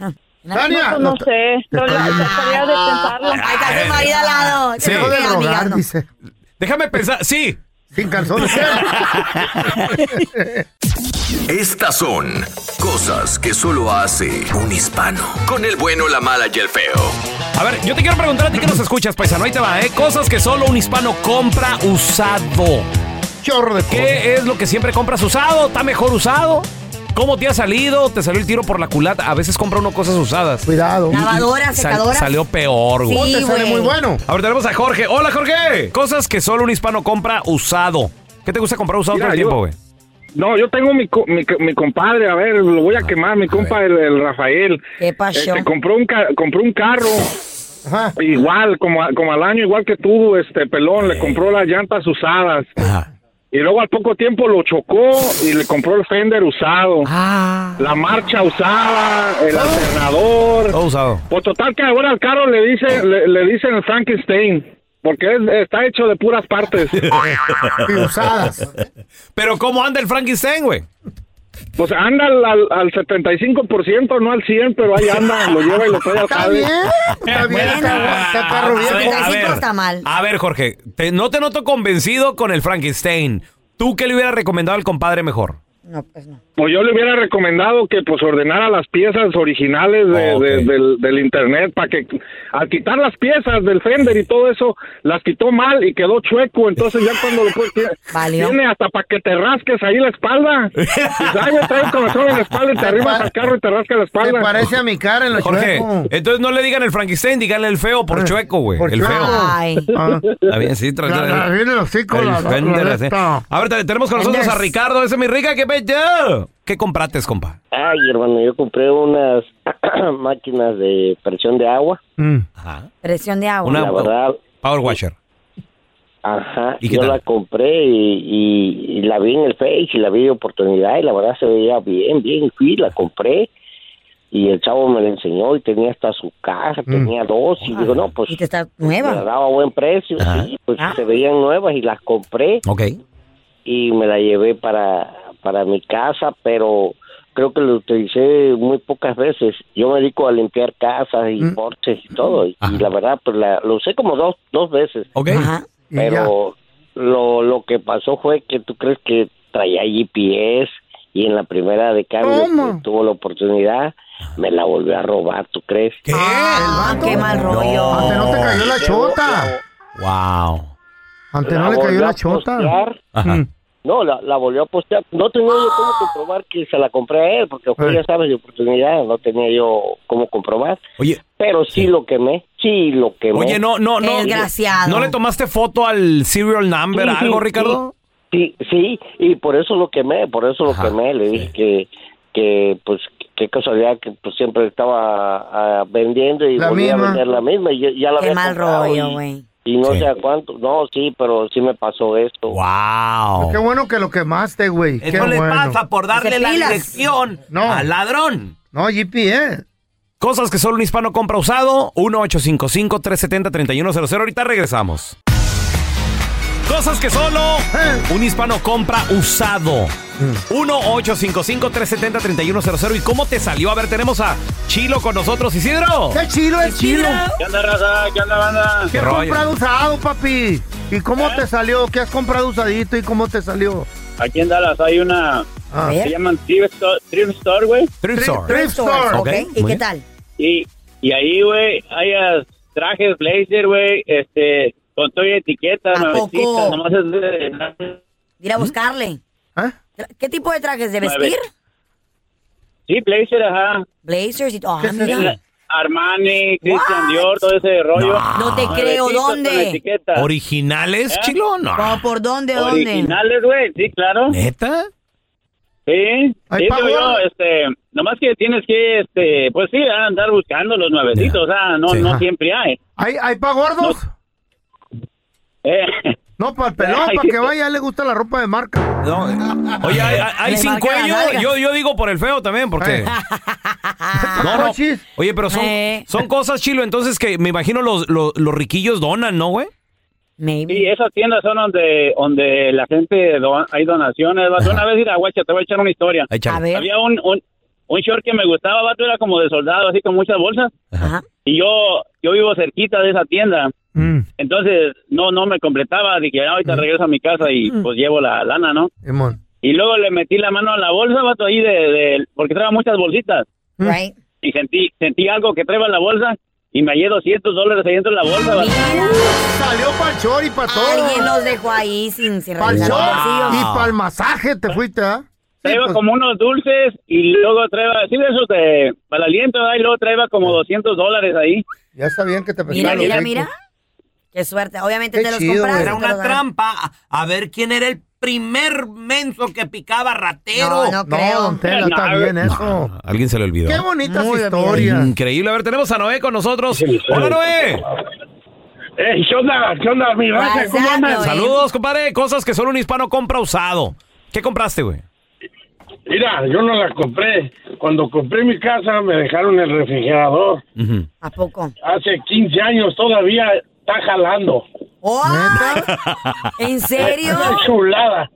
Speaker 2: Tania.
Speaker 8: No sé, no la tarea de pensarlo.
Speaker 3: Ahí está su marido al lado.
Speaker 1: Sí.
Speaker 3: Te
Speaker 1: Dejo
Speaker 3: voy
Speaker 1: de
Speaker 3: amigando.
Speaker 1: rogar, Déjame pensar, sí.
Speaker 2: Sin calzones.
Speaker 9: Estas son cosas que solo hace un hispano. Con el bueno, la mala y el feo.
Speaker 1: A ver, yo te quiero preguntar a ti que nos escuchas, paisano. Ahí te va, ¿eh? Cosas que solo un hispano compra usado.
Speaker 2: Chorro de
Speaker 1: ¿Qué es lo que siempre compras usado? ¿Está mejor usado? ¿Cómo te ha salido? ¿Te salió el tiro por la culata? A veces compra uno cosas usadas.
Speaker 2: Cuidado.
Speaker 3: Lavadoras, secadoras.
Speaker 1: salió peor, güey.
Speaker 3: Sí, Oh, te sale güey. muy bueno.
Speaker 1: A ver, tenemos a Jorge. Hola, Jorge. Cosas que solo un hispano compra usado. ¿Qué te gusta comprar usado
Speaker 13: Mira,
Speaker 1: todo el
Speaker 13: yo-
Speaker 1: tiempo, güey?
Speaker 13: No, yo tengo mi, co- mi, mi compadre, a ver, lo voy a quemar, mi compa el, el Rafael.
Speaker 3: ¿Qué pasó?
Speaker 13: Este, compró un ca- compró un carro. Igual, como, a- como al año, igual que tú, este pelón, le compró las llantas usadas. Y luego al poco tiempo lo chocó y le compró el fender usado. La marcha usada, el alternador.
Speaker 1: Todo usado.
Speaker 13: Pues total que ahora al carro le dice, le, le dicen el Frankenstein. Porque es- está hecho de puras partes.
Speaker 1: Pero ¿cómo anda el Frankenstein, güey?
Speaker 13: Pues anda al, al, al 75%, no al 100%, pero ahí anda, lo lleva y lo trae al
Speaker 3: Está
Speaker 13: jale.
Speaker 3: bien,
Speaker 2: está bien, está, está carro bien.
Speaker 1: A
Speaker 3: 35
Speaker 1: ver,
Speaker 3: está mal.
Speaker 1: A ver, Jorge, te- no te noto convencido con el Frankenstein. ¿Tú qué le hubieras recomendado al compadre mejor?
Speaker 13: Pues yo le hubiera recomendado que pues ordenara las piezas originales de- de- del, del internet para que al quitar las piezas del Fender y todo eso, las quitó mal y quedó chueco, entonces ya cuando lo puedes tiene, tiene hasta para que te rasques ahí la espalda. Dices, "Ay, me trae un corazón en la espalda y te arrimas al carro y te rascas la espalda.
Speaker 2: Te parece a mi cara en Eh, los
Speaker 1: Jorge,
Speaker 2: chuecos.
Speaker 1: entonces no le digan el Frankenstein, díganle el feo por chueco, güey. El feo.
Speaker 2: Ah.
Speaker 1: Está bien, sí, tra-
Speaker 2: La- la- viene el hocico,
Speaker 1: el
Speaker 2: la- la-
Speaker 1: Fender,
Speaker 2: la-
Speaker 1: sí.
Speaker 2: esta.
Speaker 1: A ver, te- tenemos con nosotros a
Speaker 2: Fenders.
Speaker 1: Ricardo. Ese es mi rica, qué bello. ¿Qué comprates, compa?
Speaker 14: Ay, hermano, yo compré unas máquinas de presión de agua.
Speaker 1: Ajá.
Speaker 3: Presión de Mm. agua.
Speaker 14: la verdad,
Speaker 1: Power washer.
Speaker 14: ajá.
Speaker 1: ¿Y qué
Speaker 14: yo
Speaker 1: tal?
Speaker 14: la compré y, y- y la vi en el Face y la vi de oportunidad y la verdad se veía bien, bien. Fui, la compré y el chavo me la enseñó y tenía hasta su caja,
Speaker 3: Mm.
Speaker 14: tenía dos y digo, no, pues.
Speaker 3: nueva. Ah.
Speaker 14: Me la daba a buen precio, sí, pues se veían nuevas y las compré.
Speaker 1: Ok.
Speaker 14: y me la llevé para, para mi casa, pero creo que lo utilicé muy pocas veces. Yo me dedico a limpiar casas y porches y todo, y, y la verdad, pues la- lo usé como dos, dos veces.
Speaker 2: Y
Speaker 14: Pero lo, lo que pasó fue que tú crees que traía GPS y en la primera de cambio
Speaker 3: ¿Cómo?
Speaker 14: que tuvo la oportunidad, me la volvió a robar, ¿tú crees?
Speaker 3: Ah, qué mal rollo.
Speaker 2: Ante no te cayó la chota.
Speaker 1: Wow.
Speaker 2: Ante no le cayó la chota.
Speaker 1: Ajá.
Speaker 14: No, la, la volvió a postear. No tenía yo cómo comprobar que se la compré a él, porque fue, ya sabes, de oportunidad, no tenía yo cómo comprobar.
Speaker 1: Oye.
Speaker 14: Pero sí, lo quemé, sí lo quemé.
Speaker 1: Oye, no, no, no. ¿No le tomaste foto al serial number,
Speaker 14: Sí, sí,
Speaker 1: algo,
Speaker 14: sí.
Speaker 1: Ricardo?
Speaker 14: Sí, sí, y por eso lo quemé, por eso lo quemé. Le dije que, que, pues, qué casualidad que pues, siempre estaba ah, vendiendo y
Speaker 3: La
Speaker 14: volvía
Speaker 3: misma.
Speaker 14: a vender la misma. Y yo- ya la
Speaker 3: Qué
Speaker 14: había
Speaker 3: mal
Speaker 14: comprado
Speaker 3: rollo,
Speaker 14: y-
Speaker 3: güey.
Speaker 14: Y no
Speaker 2: Sí.
Speaker 14: sé a cuánto. No, sí, pero sí me pasó esto.
Speaker 1: ¡Wow!
Speaker 2: Qué bueno que lo quemaste, güey. Qué
Speaker 14: Eso le
Speaker 2: bueno.
Speaker 14: pasa
Speaker 11: por darle la
Speaker 2: pilas.
Speaker 11: dirección al ladrón.
Speaker 2: No, ¿eh? GPS.
Speaker 1: Cosas que solo un hispano compra usado. 1-855-370-3100. Ahorita regresamos. Cosas que solo
Speaker 2: Eh.
Speaker 1: un hispano compra usado.
Speaker 2: Mm.
Speaker 1: 1-855-370-3100. ¿Y cómo te salió? A ver, tenemos a Chilo con nosotros. Isidro.
Speaker 2: ¡Qué chilo es chilo!
Speaker 15: ¿Qué onda, raza? ¿Qué onda, banda?
Speaker 2: ¿Qué has comprado usado, papi? ¿Y cómo
Speaker 3: ¿Eh?
Speaker 2: te salió? ¿Qué has comprado usadito y cómo te salió?
Speaker 15: Aquí en Dallas hay una...
Speaker 2: A
Speaker 15: Se
Speaker 2: ver.
Speaker 15: llaman Thrift Store, Thrift Store, güey.
Speaker 1: Thrift
Speaker 2: Store. Thrift Store, ok. ¿Y qué
Speaker 3: tal?
Speaker 15: Y, y ahí, güey, hay ah, trajes blazer, güey, este, con toda etiqueta, nuevecita,
Speaker 3: poco?
Speaker 15: nomás es de...
Speaker 3: Ir a
Speaker 2: ¿Mm?
Speaker 3: buscarle.
Speaker 2: ¿Eh?
Speaker 3: Tra- ¿Qué tipo de trajes? ¿De vestir?
Speaker 15: Sí, blazer, ajá.
Speaker 3: Blazers y todo. Ah, mira.
Speaker 15: Armani, Christian
Speaker 3: What?
Speaker 15: Dior, todo ese rollo.
Speaker 3: No te creo,
Speaker 15: Nuevecitos Ah, con
Speaker 3: ¿dónde?
Speaker 15: etiqueta.
Speaker 1: ¿Originales,
Speaker 15: ¿Eh?
Speaker 1: Chilo? No.
Speaker 3: ¿Cómo por dónde, dónde?
Speaker 15: Originales, güey, sí, claro.
Speaker 1: ¿Neta?
Speaker 15: Sí,
Speaker 3: Ay,
Speaker 15: sí, digo
Speaker 3: Pablo.
Speaker 15: yo, este, Nomás que tienes que, este, pues sí, andar buscando los nuevecitos, o sea, no, no siempre hay.
Speaker 2: ¿Hay, hay pa' gordos?
Speaker 15: Eh,
Speaker 2: No, para el pelón,
Speaker 15: Ay,
Speaker 2: para
Speaker 15: sí.
Speaker 2: que vaya, le gusta la ropa de marca.
Speaker 1: Oye, hay, hay- hay
Speaker 2: Le
Speaker 1: sin
Speaker 2: marca la
Speaker 1: cuello.
Speaker 2: nalga.
Speaker 1: Yo, yo digo por el feo también,
Speaker 2: Eh.
Speaker 1: porque. No, no. Oye, pero son, son cosas, Chilo, entonces que me imagino los, los, los riquillos donan, ¿no, güey?
Speaker 15: Sí, esas tiendas son donde donde la gente do- hay donaciones. vato. Una vez ir a Huacha, te voy a echar una historia.
Speaker 1: Échale. A ver.
Speaker 15: Había un, un, un short que me gustaba, vato, era como de soldado, así con muchas bolsas. Y yo yo vivo cerquita de esa tienda. Entonces, no no me completaba. Dije, "Ah, ahorita regreso a mi casa y pues llevo la lana, ¿no?
Speaker 2: Simón.
Speaker 15: Y luego le metí la mano a la bolsa, vato, ahí de, de- porque traía muchas bolsitas.
Speaker 2: Mm.
Speaker 15: Y sentí sentí algo que traía en la bolsa y me hallé 200 dólares ahí dentro de la bolsa, vato.
Speaker 2: Salió para el chor y para todo.
Speaker 3: Alguien los dejó ahí sin, sin
Speaker 2: Para el
Speaker 3: revisar los
Speaker 2: chor
Speaker 3: bolsillos.
Speaker 2: y para el masaje te fuiste, ¿ah?
Speaker 15: Traeba como unos dulces y luego traeba, sí, de esos de para el aliento, ¿verdad? y luego traeba como 200 dólares ahí.
Speaker 2: Ya está bien que te
Speaker 3: Mira,
Speaker 2: pescaron,
Speaker 3: mira,
Speaker 2: rico.
Speaker 3: mira. Qué suerte. Obviamente
Speaker 2: Qué
Speaker 3: te los
Speaker 2: chido, güey.
Speaker 3: compraste. te
Speaker 11: Era
Speaker 3: los
Speaker 11: una
Speaker 3: ganaste.
Speaker 11: trampa. A ver quién era el primer menso que picaba ratero.
Speaker 3: No, no creo.
Speaker 2: don Tela, está bien ¿eh? eso.
Speaker 1: Alguien se le olvidó.
Speaker 2: Qué bonitas historias.
Speaker 1: Increíble. A ver, tenemos a Noé con nosotros. Hola, Noé.
Speaker 16: Ey, ¿qué onda? ¿Qué onda, mi raza? ¿Cómo andan?
Speaker 1: Saludos, compadre. Cosas que solo un hispano compra usado. ¿Qué compraste, güey?
Speaker 16: Mira, yo no la compré. Cuando compré mi casa me dejaron el refrigerador.
Speaker 3: ¿A poco?
Speaker 16: Hace 15 años todavía está jalando.
Speaker 3: ¡Oh, ¿En serio?
Speaker 16: Una chulada.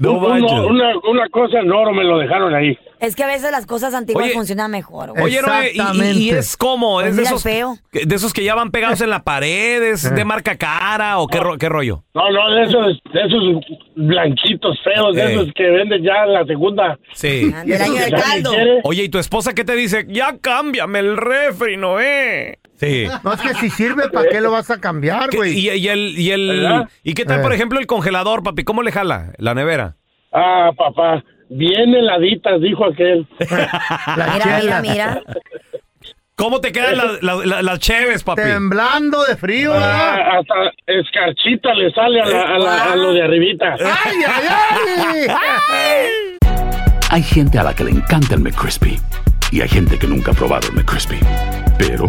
Speaker 1: No
Speaker 16: Un- uno-
Speaker 1: manches.
Speaker 16: una, una cosa enorme lo dejaron ahí.
Speaker 3: Es que a veces las cosas antiguas
Speaker 1: Oye,
Speaker 3: funcionan mejor. güey.
Speaker 1: Oye, Noé, y- y, y es como,
Speaker 3: Pues
Speaker 1: es de
Speaker 3: mira el
Speaker 1: esos,
Speaker 3: feo.
Speaker 1: de esos que ya van pegados en la pared,
Speaker 2: Eh.
Speaker 1: es de marca cara o qué, ro- qué rollo.
Speaker 16: No, no, de esos, de esos blanquitos feos, de
Speaker 1: Ey.
Speaker 16: esos que venden ya en la segunda.
Speaker 1: Eh. Sí.
Speaker 3: Ah,
Speaker 16: Del año del caldo.
Speaker 1: Oye, ¿y tu esposa qué te dice? Ya cámbiame el refri, Noé. Sí.
Speaker 2: No, es que si sirve, ¿para qué lo vas a cambiar,
Speaker 1: ¿Qué-
Speaker 2: Ah, güey?
Speaker 1: y, y el, y, el,
Speaker 2: ¿Verdad?
Speaker 1: ¿Y qué tal, por
Speaker 2: Eh.
Speaker 1: ejemplo, el congelador, papi? ¿Cómo le jala la nevera?
Speaker 16: Ah, papá, bien heladitas, dijo aquel.
Speaker 3: Mira, mira, mira.
Speaker 1: ¿Cómo te quedan las, las, las- las cheves, papi?
Speaker 2: Temblando de frío, ¿verdad?
Speaker 16: Ah, hasta escarchita le sale a, la- a la- a lo de arribita.
Speaker 13: Eh,
Speaker 2: ¡Ay, ay, ay!
Speaker 12: Hay gente a la que le encanta el McCrispy y hay gente que nunca ha probado el McCrispy. Pero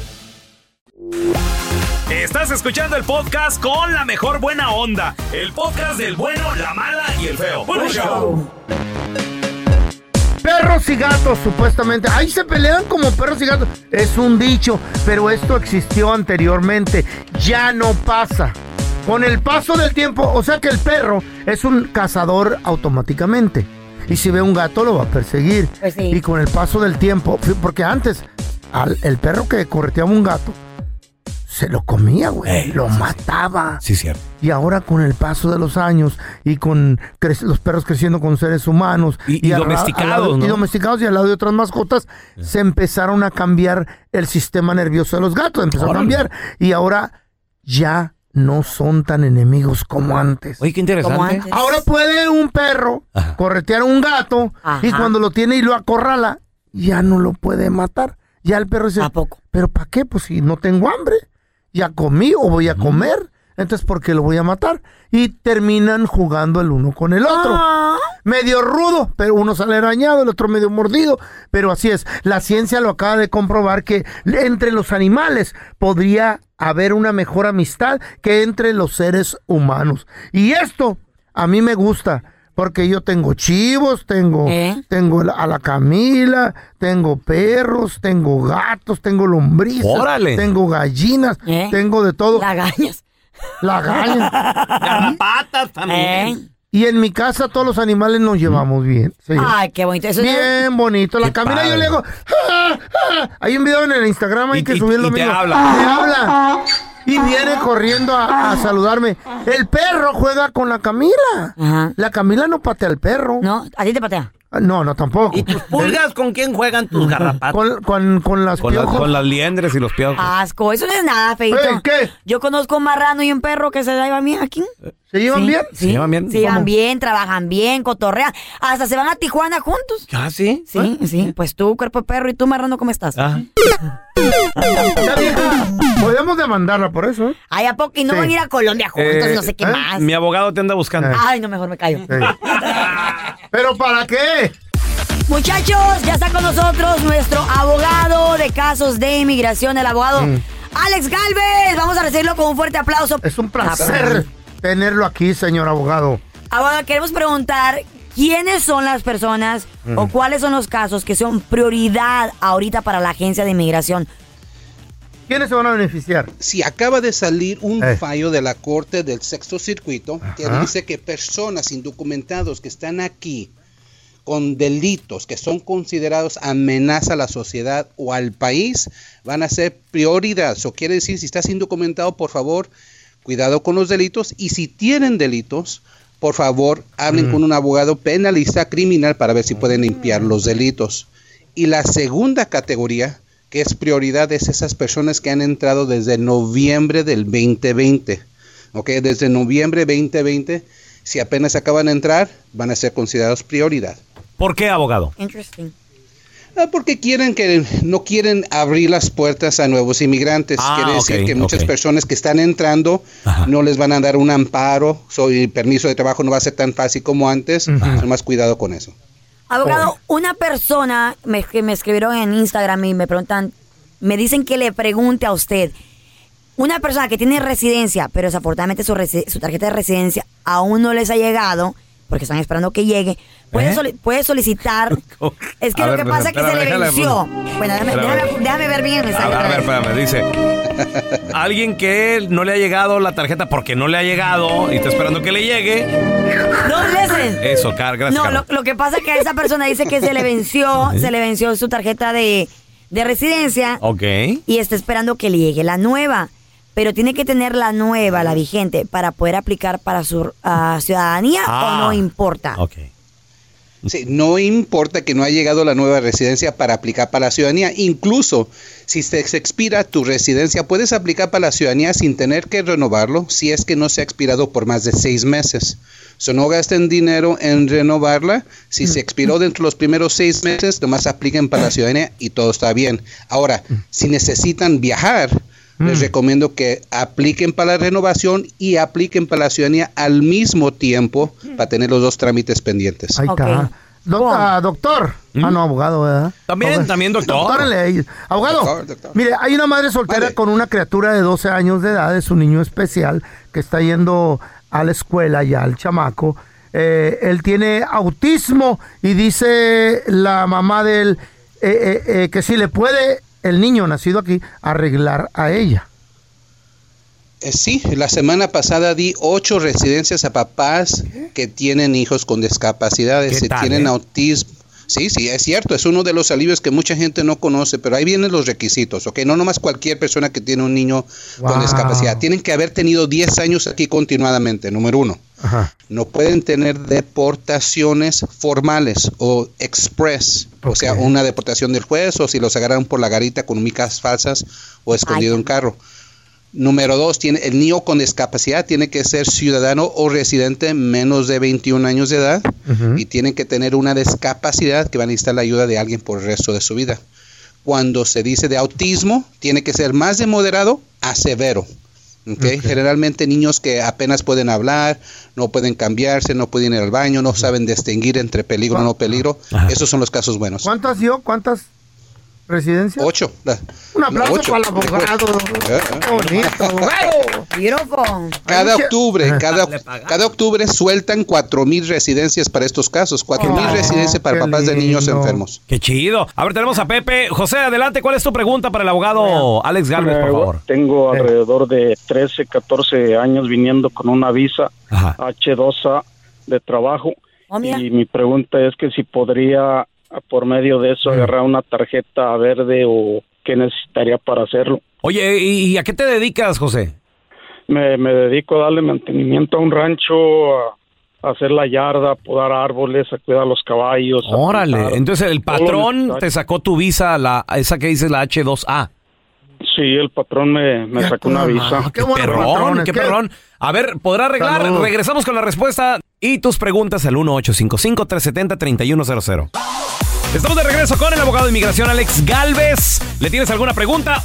Speaker 1: Estás escuchando el podcast con la mejor buena onda. El podcast del bueno, la mala y el feo. Bueno, show.
Speaker 2: Perros y gatos, supuestamente. Ahí se pelean como perros y gatos. Es un dicho, pero esto existió anteriormente. Ya no pasa. Con el paso del tiempo, o sea que el perro es un cazador automáticamente. Y si ve un gato, lo va a perseguir. Y con el paso del tiempo, fi- porque antes, al- el perro que correteaba un gato, se lo comía, güey. lo mataba.
Speaker 1: Sí, cierto.
Speaker 2: Y ahora con el paso de los años y con cre- los perros creciendo con seres humanos
Speaker 1: Y- y
Speaker 2: al ra-
Speaker 1: domesticados,
Speaker 2: al lado-
Speaker 1: ¿no?
Speaker 2: y domesticados y al lado de otras mascotas se empezaron a cambiar el sistema nervioso de los gatos, empezó a cambiar y ahora ya no son tan enemigos como antes.
Speaker 1: Oye, qué
Speaker 2: Como
Speaker 1: interesante.
Speaker 2: antes. Ahora puede un perro corretear a un gato y
Speaker 1: Ajá.
Speaker 2: cuando lo tiene y lo acorrala, ya no lo puede matar. Ya el perro dice, ¿pero para qué? Pues si no tengo hambre, ya comí o voy a comer, entonces ¿por qué lo voy a matar? Y terminan jugando el uno con el otro. Medio rudo, pero uno sale arañado, el otro medio mordido, pero así es. La ciencia lo acaba de comprobar que entre los animales podría haber una mejor amistad que entre los seres humanos. Y esto a mí me gusta. Porque yo tengo chivos, tengo, tengo a la Camila, tengo perros, tengo gatos, tengo lombrices,
Speaker 1: Órale.
Speaker 2: tengo gallinas, tengo de todo. Lagañas. Lagañas.
Speaker 11: Garrapatas también.
Speaker 2: Y en mi casa todos los animales nos llevamos bien. sí.
Speaker 3: Ay, qué bonito. Eso
Speaker 2: bien
Speaker 3: es-
Speaker 2: bonito. La
Speaker 3: Qué
Speaker 2: Camila yo
Speaker 3: padre.
Speaker 2: le hago. "Ah, ah". Hay un video en el Instagram hay que subirlo.
Speaker 5: y te
Speaker 2: amigo.
Speaker 5: habla.
Speaker 2: Me habla. Y viene corriendo a, a saludarme. El perro juega con la Camila. La Camila no patea al perro. No, ¿a ti te patea? No, no tampoco. ¿Y tus
Speaker 11: ¿Pulgas con quién juegan tus garrapatas?
Speaker 2: Con, con, con las
Speaker 1: Con, la-
Speaker 2: piojos. Ah,
Speaker 1: con las liendres y los piojos.
Speaker 3: Asco, eso no es nada, feito.
Speaker 2: ¿Qué?
Speaker 3: Yo conozco un marrano y un perro que se llevan bien aquí.
Speaker 2: ¿Se llevan
Speaker 3: Sí,
Speaker 2: bien?
Speaker 3: Sí, se llevan bien. trabajan bien, cotorrean. Hasta se van a Tijuana juntos.
Speaker 1: ¿Ah, sí?
Speaker 3: Sí, sí. Pues tú, cuerpo de perro, y tú, marrano, ¿cómo estás?
Speaker 2: Ya, vieja, Podemos demandarla por eso. ¿eh?
Speaker 3: Ay, ¿a poco? Y no
Speaker 2: Sí.
Speaker 3: van a ir a Colombia juntos,
Speaker 1: Eh,
Speaker 3: no sé qué
Speaker 1: ¿eh?
Speaker 3: más.
Speaker 1: Mi abogado te anda buscando.
Speaker 3: Ay, no, mejor me callo.
Speaker 2: ¿Pero para qué?
Speaker 3: Muchachos, ya está con nosotros nuestro abogado de casos de inmigración, el abogado
Speaker 2: Mm.
Speaker 3: Alex Galvez. Vamos a recibirlo con un fuerte aplauso.
Speaker 2: Es un Placer tenerlo aquí, señor abogado.
Speaker 3: Ahora Ah, queremos preguntar quiénes son las personas
Speaker 2: Ujú.
Speaker 3: o cuáles son los casos que son prioridad ahorita para la agencia de inmigración.
Speaker 2: ¿Quiénes se van a beneficiar?
Speaker 17: Si acaba de salir un
Speaker 2: Eh.
Speaker 17: fallo de la Corte del Sexto Circuito que
Speaker 2: Ajá.
Speaker 17: dice que personas indocumentados que están aquí con delitos que son considerados amenaza a la sociedad o al país van a ser prioridad. Eso quiere decir, si estás indocumentado, por favor, cuidado con los delitos y si tienen delitos, por favor, hablen con un abogado penalista criminal para ver si pueden limpiar los delitos. Y la segunda categoría que es prioridad es esas personas que han entrado desde noviembre del 2020. ¿Ok? Desde noviembre 2020, si apenas acaban de entrar, van a ser considerados prioridad.
Speaker 1: ¿Por qué, abogado?
Speaker 3: Interesting.
Speaker 17: Ah, Porque quieren que no quieren abrir las puertas a nuevos inmigrantes.
Speaker 1: Ah,
Speaker 17: Quiere decir
Speaker 1: ok,
Speaker 17: que muchas
Speaker 1: ok.
Speaker 17: personas que están entrando no les van a dar un amparo, so, el permiso de trabajo no va a ser tan fácil como antes. Más cuidado con eso.
Speaker 3: Abogado, una persona me, que me escribieron en Instagram y me preguntan, me dicen que le pregunte a usted, una persona que tiene residencia, pero desafortunadamente su, resi- su tarjeta de residencia aún no les ha llegado, porque están esperando que llegue, puede,
Speaker 5: ¿Eh?
Speaker 3: soli- puede solicitar... Es que
Speaker 1: A
Speaker 3: lo
Speaker 1: ver,
Speaker 3: que pasa es que se
Speaker 1: espérame,
Speaker 3: le
Speaker 1: déjala,
Speaker 3: venció. Bueno, déjame,
Speaker 1: Espérame.
Speaker 3: déjame- déjame ver bien el
Speaker 1: A
Speaker 3: mensaje.
Speaker 1: ver, a ver, espérame, dice. Alguien que no le ha llegado la tarjeta porque no le ha llegado y está esperando que le llegue.
Speaker 3: Dos veces.
Speaker 1: Eso, Car, gracias.
Speaker 3: No,
Speaker 1: Carla.
Speaker 3: lo, lo que pasa es que esa persona dice que se le venció, se le venció su tarjeta de, de residencia
Speaker 1: Ok.
Speaker 3: y está esperando que le llegue la nueva. Pero tiene que tener la nueva, la vigente, para poder aplicar para su ah, ciudadanía
Speaker 17: Ah.
Speaker 3: o no importa.
Speaker 17: Sí, no importa que no haya llegado la nueva residencia para aplicar para la ciudadanía. Incluso si se, se expira tu residencia, puedes aplicar para la ciudadanía sin tener que renovarlo si es que no se ha expirado por más de seis meses. So, no gasten dinero en renovarla. Si se expiró dentro de los primeros seis meses, nomás apliquen para la ciudadanía y todo está bien. Ahora, si necesitan viajar, les
Speaker 2: Mm.
Speaker 17: recomiendo que apliquen para la renovación y apliquen para la ciudadanía al mismo tiempo para tener los dos trámites pendientes.
Speaker 2: Ahí está. Doc- ah, doctor. Ah, no, abogado, ¿verdad?
Speaker 1: Mm. También,
Speaker 2: Abogado.
Speaker 1: también, doctor.
Speaker 2: en ley. Abogado,
Speaker 1: Doctor, doctor.
Speaker 2: mire, hay una madre soltera con una criatura de 12 años de edad, es un niño especial que está yendo a la escuela ya, al chamaco. Eh, él tiene autismo y dice la mamá de él eh, eh, eh, que si le puede el niño nacido aquí arreglar a ella.
Speaker 17: Eh, Sí, la semana pasada di ocho residencias a papás que tienen hijos con discapacidades,
Speaker 1: ¿Qué
Speaker 17: que
Speaker 1: tal,
Speaker 17: tienen
Speaker 1: eh?
Speaker 17: autismo. Sí, sí, es cierto, es uno de los alivios que mucha gente no conoce, pero ahí vienen los requisitos, ¿ok? No nomás cualquier persona que tiene un niño
Speaker 2: Wow.
Speaker 17: con discapacidad. Tienen que haber tenido 10 años aquí continuadamente, número uno.
Speaker 2: Ajá.
Speaker 17: No pueden tener deportaciones formales o express, o sea, una deportación del juez o si los agarraron por la garita con micas falsas o escondido en carro. Número dos, tiene, el niño con discapacidad tiene que ser ciudadano o residente menos de 21 años de edad y tienen que tener una discapacidad que van a necesitar la ayuda de alguien por el resto de su vida. Cuando se dice de autismo, tiene que ser más de moderado a severo. ¿ok? Generalmente niños que apenas pueden hablar, no pueden cambiarse, no pueden ir al baño,
Speaker 2: Ah.
Speaker 17: no saben distinguir entre peligro o no peligro. Esos son los casos buenos.
Speaker 2: ¿Cuántas dio? ¿Cuántas? ¿Residencia?
Speaker 17: Ocho. La-
Speaker 2: Un aplauso
Speaker 17: ocho.
Speaker 2: para el abogado.
Speaker 17: Eh, eh.
Speaker 2: Qué bonito, abogado.
Speaker 3: Beautiful.
Speaker 17: Cada
Speaker 2: Ah.
Speaker 17: octubre, cada, cada octubre sueltan cuatro mil residencias para estos casos, cuatro
Speaker 2: Ah,
Speaker 17: mil residencias para papás de niños enfermos.
Speaker 1: Qué chido. A ver, tenemos a Pepe. José, adelante. ¿Cuál es tu pregunta para el abogado Alex Galvez, por
Speaker 18: Eh,
Speaker 1: favor?
Speaker 18: Tengo alrededor de 13, 14 años viniendo con una visa H2A de trabajo. y mi pregunta es que si podría, por medio de eso, agarrar una tarjeta verde o qué necesitaría para hacerlo.
Speaker 1: Oye, ¿y, y a qué te dedicas, José?
Speaker 18: Me, me dedico a darle mantenimiento a un rancho, a, a hacer la yarda, a podar árboles, a cuidar los caballos. a
Speaker 1: Órale.
Speaker 18: pintar.
Speaker 1: Entonces, el
Speaker 18: Todo lo
Speaker 1: patrón
Speaker 18: necesario.
Speaker 1: te sacó tu visa, la, esa que dices, la H2A.
Speaker 18: Sí, el patrón me, me sacó una visa.
Speaker 1: qué perrón, qué perrón. A ver, ¿podrá arreglar?
Speaker 18: Saludos.
Speaker 1: Regresamos con la respuesta y tus preguntas al 1855-370-3100. Estamos de regreso con el abogado de inmigración Alex Galvez. ¿Le tienes alguna pregunta?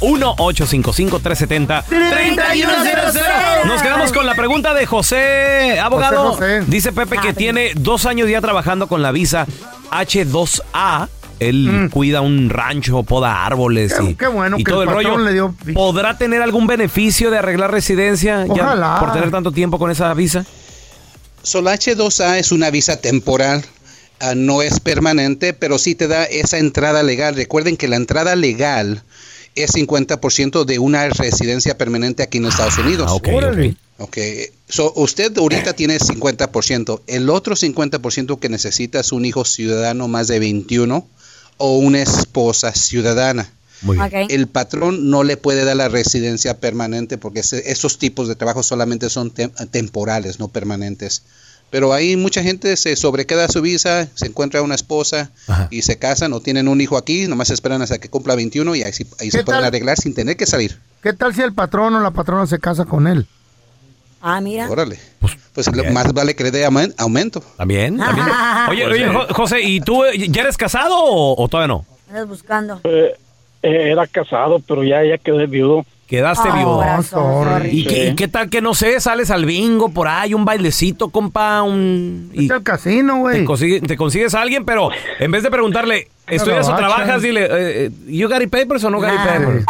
Speaker 1: 1-855-370.
Speaker 5: 3100.
Speaker 1: Nos quedamos con la pregunta de José, abogado.
Speaker 5: José, José.
Speaker 1: Dice Pepe que tiene dos años ya trabajando con la visa H2A. Él
Speaker 2: Mm.
Speaker 1: cuida un rancho, poda árboles y,
Speaker 2: Qué bueno
Speaker 1: y
Speaker 2: que
Speaker 1: todo
Speaker 2: el
Speaker 1: el
Speaker 2: patrón
Speaker 1: rollo.
Speaker 2: le dio
Speaker 1: ¿Podrá tener algún beneficio de arreglar residencia ya
Speaker 2: Ojalá.
Speaker 1: por tener tanto tiempo con esa visa?
Speaker 17: Solo H2A es una visa temporal. ah, no es permanente, pero sí te da esa entrada legal. Recuerden que la entrada legal es 50% de una residencia permanente aquí en Estados Unidos.
Speaker 1: Ah, ok,
Speaker 17: Ok, so, usted ahorita tiene 50%. El otro 50% que necesita es un hijo ciudadano más de 21 o una esposa ciudadana.
Speaker 1: Muy
Speaker 3: bien. Ok.
Speaker 17: El patrón no le puede dar la residencia permanente porque ese- esos tipos de trabajo solamente son tem- temporales, no permanentes. Pero ahí mucha gente se sobrequeda su visa, se encuentra una esposa y se casan o tienen un hijo aquí, nomás esperan hasta que cumpla 21 y ahí, sí- ahí se
Speaker 2: ¿Qué
Speaker 17: pueden
Speaker 2: tal?
Speaker 17: arreglar sin tener que salir.
Speaker 2: ¿Qué tal si el patrón o la patrona se casa con él?
Speaker 3: Ah, mira.
Speaker 17: Órale. Pues, lo- más vale que le dé aumen- aumento.
Speaker 1: También. también. Oye,
Speaker 17: Pues,
Speaker 1: oye,
Speaker 17: eh.
Speaker 1: Jo- José, ¿y tú eh, ya eres casado o, o todavía no?
Speaker 3: Andas buscando.
Speaker 18: Eh, eh, era casado, pero ya, ya quedé viudo.
Speaker 1: Quedaste viudo. ¿Y,
Speaker 18: Sí.
Speaker 1: qué, y qué tal que no sé? Sales al bingo por ahí, un bailecito, compa, un. Y
Speaker 2: al casino, güey.
Speaker 1: Te, consigue- te consigues a alguien, pero en vez de preguntarle, ¿estudias o
Speaker 2: gabacha.
Speaker 1: trabajas? Dile, eh, eh, ¿you got any papers o no got any papers?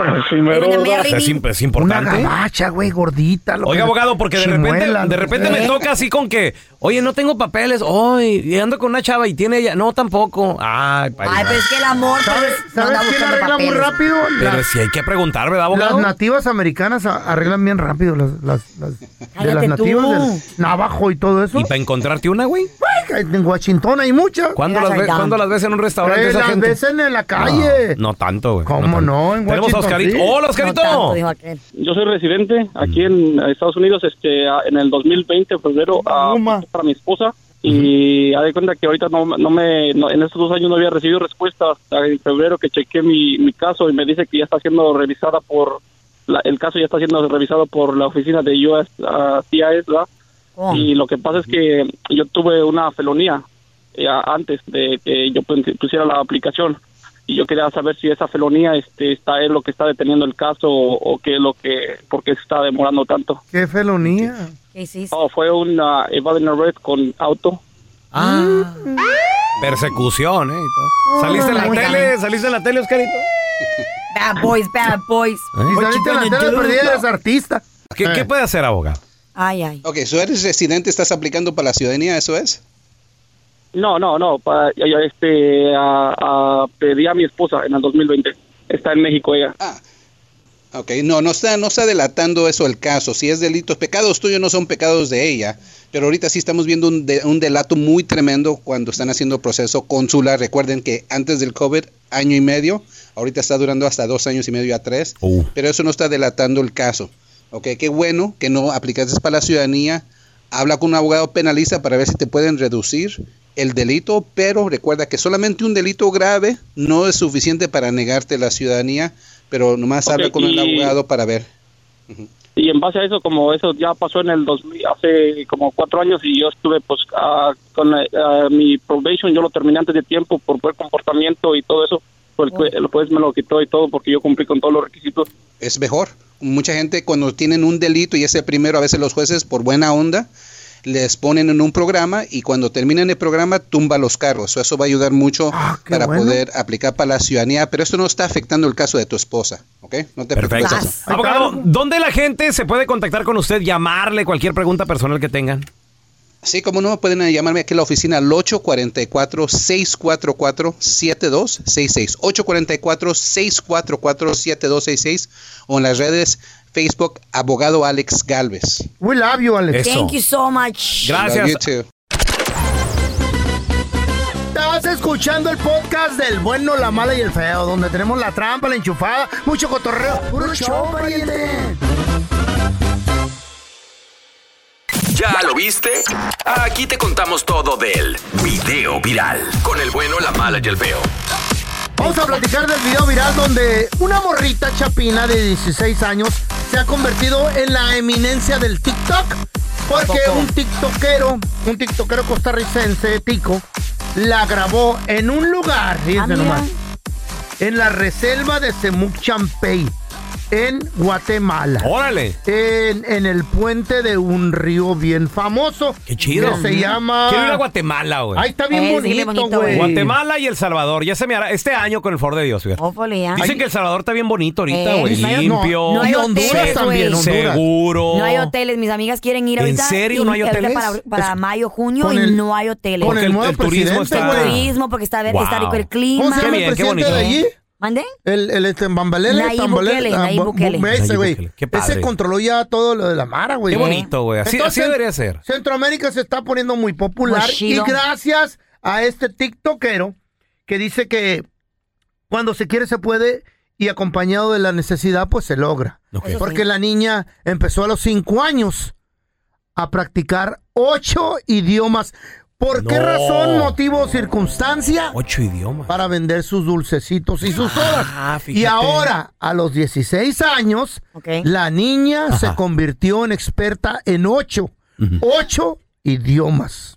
Speaker 2: Una mera
Speaker 1: O sea, es,
Speaker 2: rini.
Speaker 1: imp- es importante.
Speaker 2: Una gabacha, güey, gordita. lo
Speaker 1: Oiga,
Speaker 2: que-
Speaker 1: abogado, porque de repente,
Speaker 2: chimuela,
Speaker 1: de repente me
Speaker 2: ¿eh?
Speaker 1: toca así con que, oye, no tengo papeles, hoy y ando con una chava y tiene ella, no tampoco. Ay,
Speaker 3: Ay, pues, pero es que el amor.
Speaker 2: ¿Sabes,
Speaker 3: pues, no
Speaker 2: ¿sabes
Speaker 3: anda
Speaker 2: quién
Speaker 3: buscando
Speaker 2: arregla muy
Speaker 3: papeles.
Speaker 2: rápido?
Speaker 1: Pero
Speaker 2: Las-
Speaker 1: si hay que preguntar, ¿verdad,
Speaker 2: Las
Speaker 1: abogado?
Speaker 2: nativas americanas a- arreglan bien rápido las, las, las- de las
Speaker 1: Cállate
Speaker 2: nativas
Speaker 1: tú.
Speaker 2: del navajo y todo eso.
Speaker 1: ¿Y para encontrarte una, güey?
Speaker 2: Ay, En Washington hay muchas.
Speaker 1: ¿Cuándo las, ve- cuándo las ves en un restaurante
Speaker 2: Eh,
Speaker 1: esa
Speaker 2: las
Speaker 1: gente?
Speaker 2: ves en la calle.
Speaker 1: No tanto, güey.
Speaker 2: ¿Cómo
Speaker 1: tanto.
Speaker 2: no? En
Speaker 1: Tenemos a
Speaker 2: Washington,
Speaker 1: Oscarito.
Speaker 2: sí.
Speaker 1: ¡Hola, Oscarito!
Speaker 19: Yo soy residente aquí en Estados Unidos, este, a- en el 2020, en febrero, a- para mi esposa. Y haz de cuenta que ahorita no, no me, no- en estos dos años no había recibido respuesta hasta en febrero que chequeé mi, mi caso y me dice que ya está siendo revisada por, la- el caso ya está siendo revisado por la oficina de ah, USCIS, ¿verdad? Y lo que pasa es que yo tuve una felonía eh, a- antes de que yo pus- pusiera la aplicación y yo quería saber si esa felonía este, está es lo que está deteniendo el caso o, o qué es lo que por qué se está demorando tanto.
Speaker 2: ¡Qué felonía!
Speaker 3: ¿Qué hiciste?
Speaker 19: Oh, fue una evading arrest con auto.
Speaker 1: Ah. Persecución, ¿eh? y todo.
Speaker 19: Oh,
Speaker 1: saliste en la
Speaker 3: my God.
Speaker 1: tele, saliste en la tele, Oscarito.
Speaker 3: Bad boys, bad boys.
Speaker 1: ¿Eh?
Speaker 2: Y saliste en la tele perdida, eres artista.
Speaker 1: ¿Qué, qué puede hacer, abogado?
Speaker 3: Ay, ay.
Speaker 17: Ok, ¿so eres residente? ¿Estás aplicando para la ciudadanía? ¿Eso es?
Speaker 19: No, no, no, pa- ya- ya, este a- a- pedí a mi esposa en el 2020. Está en México ella.
Speaker 17: Ok, no, no está, no está delatando eso el caso. Si es delitos, pecados tuyos no son pecados de ella. Pero ahorita sí estamos viendo un, de- un delato muy tremendo cuando están haciendo proceso consular. Recuerden que antes del COVID, año y medio. Ahorita está durando hasta dos años y medio a tres. Pero eso no está delatando el caso. Ok, qué bueno que no aplicaste para la ciudadanía. Habla con un abogado penalista para ver si te pueden reducir el delito, pero recuerda que solamente un delito grave no es suficiente para negarte la ciudadanía, pero nomás
Speaker 19: Ok,
Speaker 17: habla con el
Speaker 19: y-
Speaker 17: abogado para ver.
Speaker 19: Y en base a eso, como eso ya pasó en el 2000, hace como cuatro años y yo estuve pues ah, con la- ah, mi probation, yo lo terminé antes de tiempo por buen comportamiento y todo eso, pues pues, el juez me lo quitó y todo porque yo cumplí con todos los requisitos.
Speaker 17: Es mejor. Mucha gente cuando tienen un delito y ese primero, a veces los jueces por buena onda les ponen en un programa y cuando terminan el programa tumba los carros. Eso va a ayudar mucho para
Speaker 2: bueno.
Speaker 17: poder aplicar para la ciudadanía, pero esto no está afectando el caso de tu esposa, ¿ok? No te
Speaker 1: Perfecto.
Speaker 17: preocupes.
Speaker 1: Abogado, ¿dónde la gente se puede contactar con usted, llamarle cualquier pregunta personal que tengan?
Speaker 17: Sí, como no, pueden eh, llamarme aquí a la oficina al 844-644-7266. 844-644-7266 o en las redes Facebook Abogado Alex Galvez.
Speaker 2: We love you, Alex.
Speaker 3: Thank you so much.
Speaker 17: Love you too.
Speaker 2: Estás escuchando el podcast del bueno, la mala y el feo, donde tenemos la trampa, la enchufada, mucho cotorreo. ¡Puro show, pariente!
Speaker 9: ¿Ya lo viste? Aquí te contamos todo del video viral. Con el bueno, la mala y el feo.
Speaker 2: Vamos a platicar del video viral donde una morrita chapina de 16 años se ha convertido en la eminencia del TikTok. Porque un tiktokero, un tiktokero costarricense, Tico, la grabó en un lugar,
Speaker 1: Ah,
Speaker 2: fíjense nomás, en la reserva de Semuc Champey, en Guatemala.
Speaker 1: ¡Órale!
Speaker 2: En, en el puente de un río bien famoso.
Speaker 1: Qué chido.
Speaker 2: Que se llama...
Speaker 1: Quiero ir a Guatemala, güey.
Speaker 2: Ahí está bien
Speaker 3: Eh, sí, bien
Speaker 2: bonito,
Speaker 3: bonito,
Speaker 2: güey.
Speaker 1: Guatemala y El Salvador. Ya se me hará este año con el favor de Dios, fíjate.
Speaker 3: Hopefully, Oh, ya.
Speaker 1: Dicen que El Salvador está bien bonito ahorita,
Speaker 3: Eh,
Speaker 1: güey.
Speaker 3: no hay-
Speaker 1: Limpio.
Speaker 3: no hay hoteles, güey.
Speaker 1: Seguro.
Speaker 3: No hay hoteles. Mis amigas quieren ir
Speaker 1: ¿En
Speaker 3: ahorita.
Speaker 1: serio
Speaker 3: y
Speaker 1: no hay
Speaker 3: ahorita
Speaker 1: hoteles?
Speaker 3: Para, para
Speaker 1: Es-
Speaker 3: mayo, junio
Speaker 1: con
Speaker 3: y
Speaker 1: el-
Speaker 3: no hay hoteles.
Speaker 1: con el Porque el- nuevo el turismo presidente, está-
Speaker 3: El turismo, porque está,
Speaker 2: Wow.
Speaker 3: está rico el clima.
Speaker 2: ¿Cómo se llama el presidente de allí?
Speaker 3: ¿Mande?
Speaker 2: El, el este, Bambalele, ah,
Speaker 3: Nayib Bukele, Nayib Bukele.
Speaker 2: Ese,
Speaker 1: Nayib
Speaker 2: güey.
Speaker 1: Bukele, qué padre.
Speaker 2: Ese controló ya todo lo de la Mara, güey.
Speaker 1: Qué bonito, güey. Así- así debería ser.
Speaker 2: Centroamérica se está poniendo muy popular.
Speaker 3: Pues
Speaker 1: Muy chido.
Speaker 2: Y gracias a este tiktokero que dice que cuando se quiere se puede y acompañado de la necesidad, pues se logra. Porque la niña empezó a los cinco años a practicar ocho idiomas. ¿Por qué
Speaker 1: No.
Speaker 2: razón, motivo o circunstancia?
Speaker 1: Ocho idiomas.
Speaker 2: Para vender sus dulcecitos y sus sodas.
Speaker 1: Ah, fíjate.
Speaker 2: y ahora, a los 16 años, la niña se convirtió en experta en ocho. Ocho idiomas.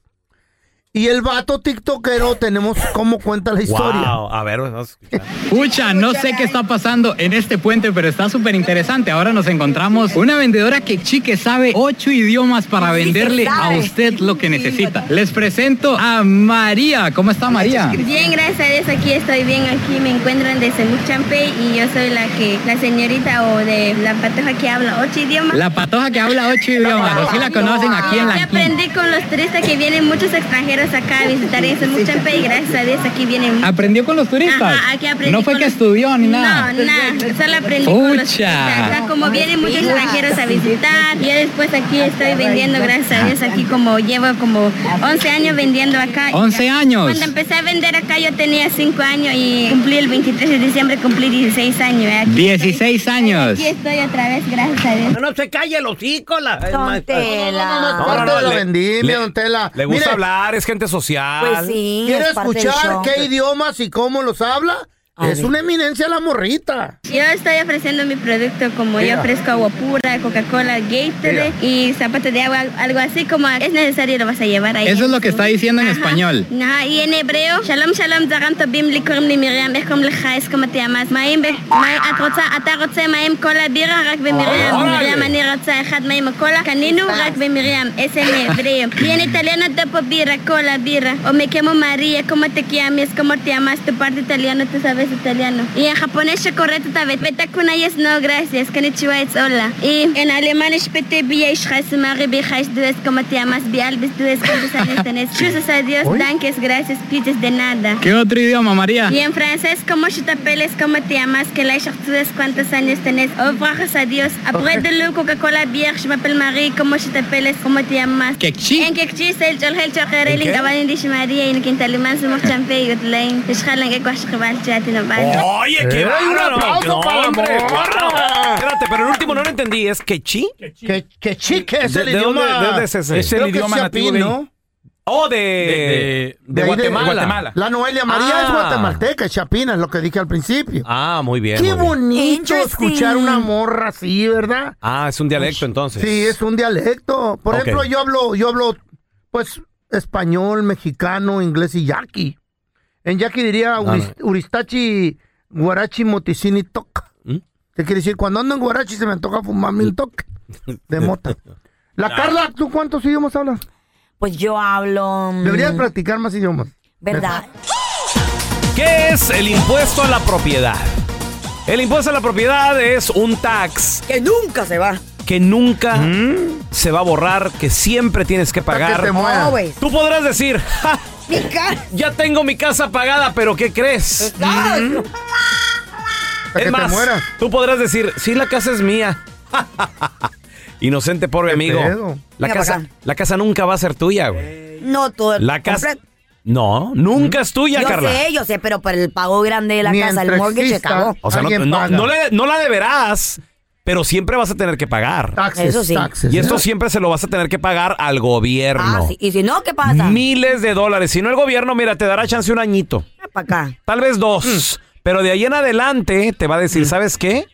Speaker 2: Y el vato tiktokero, tenemos cómo cuenta la historia.
Speaker 1: Wow. A ver, vamos a escuchar.
Speaker 20: Pucha, no sé qué está pasando en este puente, pero está súper interesante. Ahora nos encontramos una vendedora que chique sabe ocho idiomas para
Speaker 4: Sí que
Speaker 20: venderle a
Speaker 4: sabe.
Speaker 20: usted lo que necesita. Les presento a María. ¿Cómo está María?
Speaker 4: Bien, gracias a Dios, aquí estoy bien, aquí me encuentro en Semuc Champey y yo soy la que, la señorita o de la patoja que habla ocho idiomas.
Speaker 20: La patoja que habla ocho idiomas, así pues la conocen aquí en
Speaker 4: Yo
Speaker 20: la
Speaker 4: aprendí con los turistas que vienen muchos extranjeros acá a visitar en Semuc Champey y gracias a Dios aquí vienen
Speaker 20: ¿Aprendió con los turistas?
Speaker 4: Ajá, aquí aprendí
Speaker 20: Ah, no fue
Speaker 4: con
Speaker 20: que
Speaker 4: los-
Speaker 20: estudió ni nada.
Speaker 4: No, nada, solo aprendí con los turistas.
Speaker 20: Pucha.
Speaker 4: Acá Ah, como vienen muchos extranjeros a visitar, y después aquí estoy vendiendo, gracias a Dios, aquí como llevo como 11 años vendiendo acá.
Speaker 20: 11 años.
Speaker 4: Cuando empecé a vender acá yo tenía 5 años y cumplí el 23 de diciembre, cumplí 16 años. ¿eh? Aquí,
Speaker 20: 16 años.
Speaker 4: aquí estoy otra vez, gracias a Dios.
Speaker 11: No, no se calle el hocico, la.
Speaker 4: Don Tela.
Speaker 2: No, no, no, le- le-
Speaker 1: Le gusta
Speaker 2: Mire.
Speaker 1: hablar, es gente social.
Speaker 2: Pues ¿Quiere escuchar qué idiomas y cómo los habla? es una eminencia la morrita.
Speaker 4: Yo estoy ofreciendo mi producto como
Speaker 2: Mira.
Speaker 4: yo ofrezco agua pura, Coca-Cola, Gatorade y zapatos de agua, algo así como es necesario lo vas a llevar ahí.
Speaker 20: Eso es lo que está diciendo en
Speaker 4: Ajá.
Speaker 20: español.
Speaker 4: Ajá, y en hebreo, Shalom Shalom Zaram Tobim Likom Li Miriam Echom Lecha Es como te llamas Maim Be- Maim את רוצה, אתה רוצה מים כל הבירה רק במרים מרים אני רוצה אחד מים הקולה קנינו רק במרים אסם הבריאים bien italiano dopo birra cola birra o me llamo María como te llamas como te llamas tu parte italiano tú sabes italiano y en japonés correcto sabes vete con ellos no gracias konnichiwa es hola y en alemán es pete bia ich heiße Marie wie heißt du es como te llamas wie alt bist du es cuántos años tenés gracias a Dios danke gracias pides de nada
Speaker 20: ¿Qué otro idioma, María?
Speaker 4: y en francés, ¿cómo te apeles? ¿Cómo te llamas? ¿Qué la estudias? ¿Cuántos años tenés? Oh, gracias a Dios. Après de lo Coca-Cola, bière, je m'appelle Marie. ¿Cómo te apeles? ¿Cómo te llamas?
Speaker 20: Kekchi.
Speaker 4: En Kekchi, el chorrel,
Speaker 20: ¿En
Speaker 4: chorrel, el
Speaker 20: qué?
Speaker 4: incabalín, dice María, y en Quintalimán, somos champe, y otlain. Es jalen, que cuacho, que val, chate, no vale.
Speaker 20: Oh.
Speaker 1: Oye, qué
Speaker 4: Eh, un
Speaker 1: bárbaro.
Speaker 4: aplauso
Speaker 1: No,
Speaker 4: para la
Speaker 1: hombre,
Speaker 4: morra.
Speaker 1: guau. Espérate, pero el último no lo entendí. ¿Es quechí?
Speaker 2: Que, que chique es
Speaker 1: ¿De-
Speaker 2: el
Speaker 1: de
Speaker 2: idioma.
Speaker 1: dónde- de dónde es ese? Es el
Speaker 2: Creo que
Speaker 1: idioma
Speaker 2: Chapín,
Speaker 1: nativo de ahí.
Speaker 2: ¿no?
Speaker 1: Oh, de, de,
Speaker 2: ahí
Speaker 1: Guatemala.
Speaker 2: La Noelia María
Speaker 1: Ah.
Speaker 2: es guatemalteca, es chapina, es lo que dije al principio.
Speaker 1: Ah, muy bien.
Speaker 2: Qué
Speaker 1: muy bien.
Speaker 2: bonito escuchar una morra así, ¿verdad?
Speaker 1: Ah, es un dialecto entonces.
Speaker 2: Sí, es un dialecto. Por
Speaker 1: Ok.
Speaker 2: ejemplo, yo hablo, yo hablo, pues, español, mexicano, inglés y yaqui. En yaqui diría uris- uristachi, guarachi, moticini, toc. Te quiere decir, cuando ando en guarachi se me antoja fumar mil toc de mota. La Carla, ¿tú cuántos idiomas hablas?
Speaker 3: Pues yo hablo... mm,
Speaker 2: Deberías practicar más idiomas.
Speaker 3: ¿Verdad?
Speaker 1: ¿Qué es el impuesto a la propiedad? El impuesto a la propiedad es un tax.
Speaker 3: Que nunca se va.
Speaker 1: Que nunca se va a borrar, que siempre tienes que pagar.
Speaker 3: te mueras. No, güey.
Speaker 1: Tú podrás decir, "Ja, ya tengo mi casa pagada, pero ¿qué
Speaker 2: Pues,
Speaker 1: crees? Mm.
Speaker 3: Ujú.
Speaker 1: Es
Speaker 2: te
Speaker 1: más,
Speaker 2: mueras.
Speaker 1: tú podrás decir, sí, la casa es mía. Inocente, pobre amigo.
Speaker 2: pedo?
Speaker 1: La
Speaker 3: Mira
Speaker 1: casa,
Speaker 3: para acá.
Speaker 1: la casa nunca va a ser tuya, güey.
Speaker 3: No todo.
Speaker 1: La casa.
Speaker 3: completo.
Speaker 1: No, nunca es tuya,
Speaker 3: ¿Mm? yo
Speaker 1: Carla.
Speaker 3: sé, yo sé, pero por el pago grande de la casa, el mortgage se acabó.
Speaker 1: O sea, no, no- no le- no la deberás, pero siempre vas a tener que pagar.
Speaker 3: Taxes, Eso sí. taxes,
Speaker 1: y esto
Speaker 3: ¿no?
Speaker 1: siempre se lo vas a tener que pagar al gobierno.
Speaker 3: Ah, Sí, Y si no, ¿qué pasa?
Speaker 1: Miles de dólares. Si no, el gobierno, mira, te dará chance un añito.
Speaker 3: Para acá.
Speaker 1: Tal vez dos.
Speaker 2: Mm.
Speaker 1: Pero de ahí en adelante te va a decir, ¿sabes qué?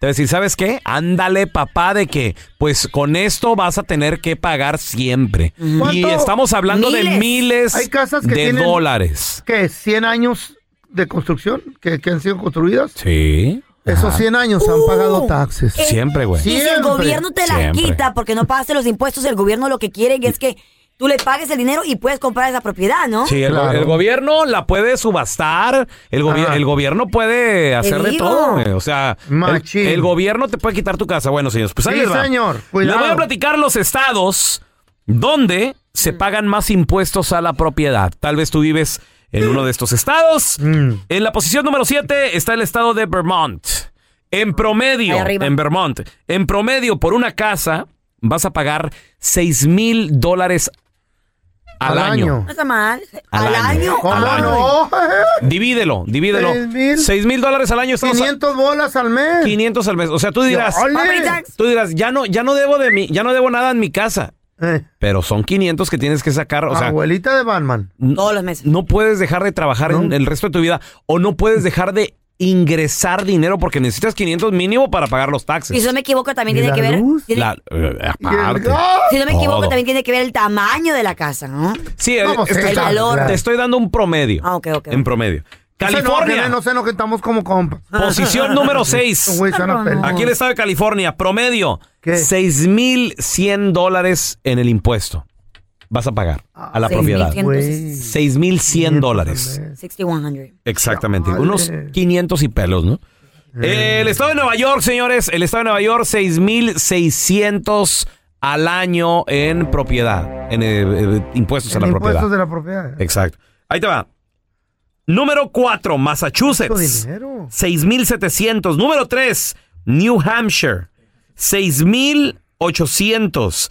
Speaker 1: Te va a decir, ¿sabes qué? Ándale, papá, de que, pues con esto vas a tener que pagar siempre. Y
Speaker 2: Mm. ¿Cuánto?
Speaker 1: estamos hablando de miles
Speaker 2: Hay casas que
Speaker 1: de
Speaker 2: tienen,
Speaker 1: dólares.
Speaker 2: ¿Qué? ¿100 años de construcción que, que han sido construidas?
Speaker 1: Sí.
Speaker 2: Esos
Speaker 1: Ajá.
Speaker 2: 100 años han pagado taxes.
Speaker 3: Eh,
Speaker 1: Siempre, güey.
Speaker 3: Y si el gobierno te la
Speaker 1: Siempre.
Speaker 3: quita porque no pagaste los impuestos, el gobierno lo que quiere es que tú le pagues el dinero y puedes comprar esa propiedad, ¿no?
Speaker 1: Sí, el, el gobierno la puede subastar, el, gobier- el gobierno puede hacer de
Speaker 3: digo.
Speaker 1: todo, güey. o sea, el, el gobierno te puede quitar tu casa. Bueno, señores, pues ahí
Speaker 2: Sí,
Speaker 1: les va.
Speaker 2: señor,
Speaker 1: Les
Speaker 2: cuidado.
Speaker 1: voy a platicar los estados donde se
Speaker 6: Mm.
Speaker 1: pagan más impuestos a la propiedad. Tal vez tú vives en uno de estos estados.
Speaker 2: Mm.
Speaker 1: En la posición número 7 está el estado de Vermont. En promedio,
Speaker 6: Ahí arriba.
Speaker 1: en Vermont, en promedio por una casa vas a pagar 6 mil dólares al, año.
Speaker 3: No está mal.
Speaker 1: Al
Speaker 3: Al
Speaker 1: año.
Speaker 3: año.
Speaker 1: ¿Cómo Al año. no? Divídelo, divídelo.
Speaker 2: Seis mil.
Speaker 1: 6 mil dólares al año. Estamos
Speaker 2: 500 bolas al mes.
Speaker 1: 500 al mes. O sea, tú dirás,
Speaker 2: ¡Ole!
Speaker 3: Property tax.
Speaker 1: tú dirás, ya no, ya no debo de mi, ya no debo nada en mi casa. Pero son 500 que tienes que sacar. O sea,
Speaker 2: Eh. Abuelita de Batman.
Speaker 3: Todos los meses.
Speaker 1: No puedes dejar de trabajar en el resto de tu vida o no puedes dejar de ingresar dinero porque necesitas 500 mínimo para pagar los taxes.
Speaker 3: Y si no me equivoco, también
Speaker 1: ¿Y
Speaker 3: tiene
Speaker 1: la
Speaker 3: que ver.
Speaker 1: luz?
Speaker 3: tiene-
Speaker 1: La- eh, aparte.
Speaker 3: si no me equivoco,
Speaker 1: Todo.
Speaker 3: también tiene que ver el tamaño de la casa, ¿no?
Speaker 1: Sí, eh,
Speaker 3: Vamos,
Speaker 1: es que
Speaker 3: el
Speaker 1: te-
Speaker 3: valor.
Speaker 1: te estoy dando un promedio.
Speaker 3: Ah, ok, ok.
Speaker 1: En promedio. California.
Speaker 2: No sé, no que estamos como compas.
Speaker 1: Ah. Posición número 6.
Speaker 2: Güey, son apenas.
Speaker 1: Aquí el estado de California, promedio, 6.100 dólares en el impuesto. Vas a pagar a la propiedad.
Speaker 3: 6,100.
Speaker 1: 6.100 dólares.
Speaker 3: 6100.
Speaker 1: Exactamente. Unos 500 y pelos, ¿no?
Speaker 2: Eh.
Speaker 1: El estado de Nueva York, señores, el estado de Nueva York, 6.600 al año en propiedad, en eh, eh, impuestos a la propiedad.
Speaker 2: Impuestos de la propiedad.
Speaker 1: Exacto. Ahí te va. Número 4, Massachusetts. 6,700. Número 3, New Hampshire. 6,800.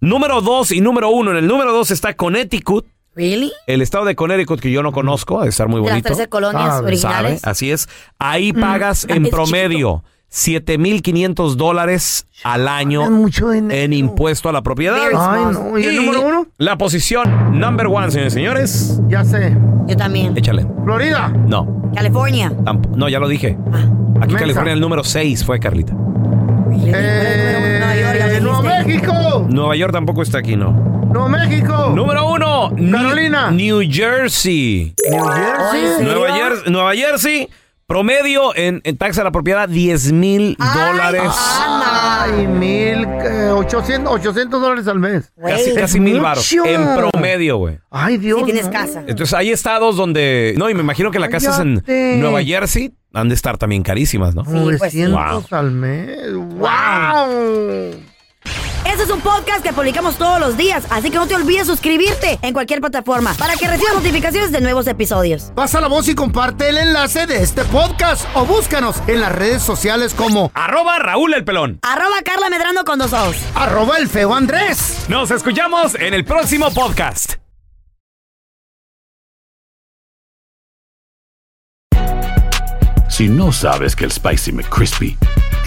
Speaker 1: Número 2 y número 1. En el número 2 está Connecticut.
Speaker 3: ¿Really?
Speaker 1: El estado de Connecticut, que yo no conozco, ha de estar muy
Speaker 3: De las
Speaker 1: bonito.
Speaker 3: trece colonias
Speaker 1: Sabe,
Speaker 3: originales.
Speaker 1: sabe, Así es. Ahí pagas
Speaker 3: Ah,
Speaker 1: en
Speaker 3: es
Speaker 1: promedio 7,500 dólares al año en impuesto a la propiedad.
Speaker 2: Very Ay, small. no, ¿y el número uno?
Speaker 1: La posición number one, señores y señores.
Speaker 2: Ya sé.
Speaker 3: Yo también.
Speaker 1: Échale.
Speaker 2: Florida.
Speaker 1: No.
Speaker 3: California.
Speaker 1: Tampo- No, ya lo dije. Aquí
Speaker 2: Ah. Mensa.
Speaker 1: California el número 6 fue Carlita.
Speaker 2: Eh, Nuevo México.
Speaker 1: Nueva York tampoco está aquí, no.
Speaker 2: Nuevo México.
Speaker 1: Número 1.
Speaker 2: Carolina.
Speaker 1: New Jersey. Nueva, Jer- Nueva Jersey, promedio en, en taxa a la propiedad, 10 mil dólares.
Speaker 2: ah, Ay, mil, eh, 800, 800 dólares al mes.
Speaker 1: Casi,
Speaker 2: Es
Speaker 1: casi mil baros.
Speaker 2: mucho.
Speaker 1: En promedio, güey.
Speaker 2: Ay, Dios.
Speaker 3: Si tienes
Speaker 2: no.
Speaker 3: casa.
Speaker 1: Entonces hay estados donde... No, y me imagino que la casa es
Speaker 2: Cállate.
Speaker 1: en Nueva Jersey. Han de estar también carísimas, ¿no?
Speaker 2: 900
Speaker 1: Wow.
Speaker 2: al mes. ¡Wow!
Speaker 3: Este es un podcast que publicamos todos los días, así que no te olvides suscribirte en cualquier plataforma para que recibas notificaciones de nuevos episodios.
Speaker 2: Pasa la voz y comparte el enlace de este podcast o búscanos en las redes sociales como
Speaker 1: Arroba Raúl el pelón.
Speaker 3: Arroba Carla Medrano con dos ojos.
Speaker 2: arroba el feo Andrés.
Speaker 1: Nos escuchamos en el próximo podcast.
Speaker 12: Si no sabes que el Spicy McCrispy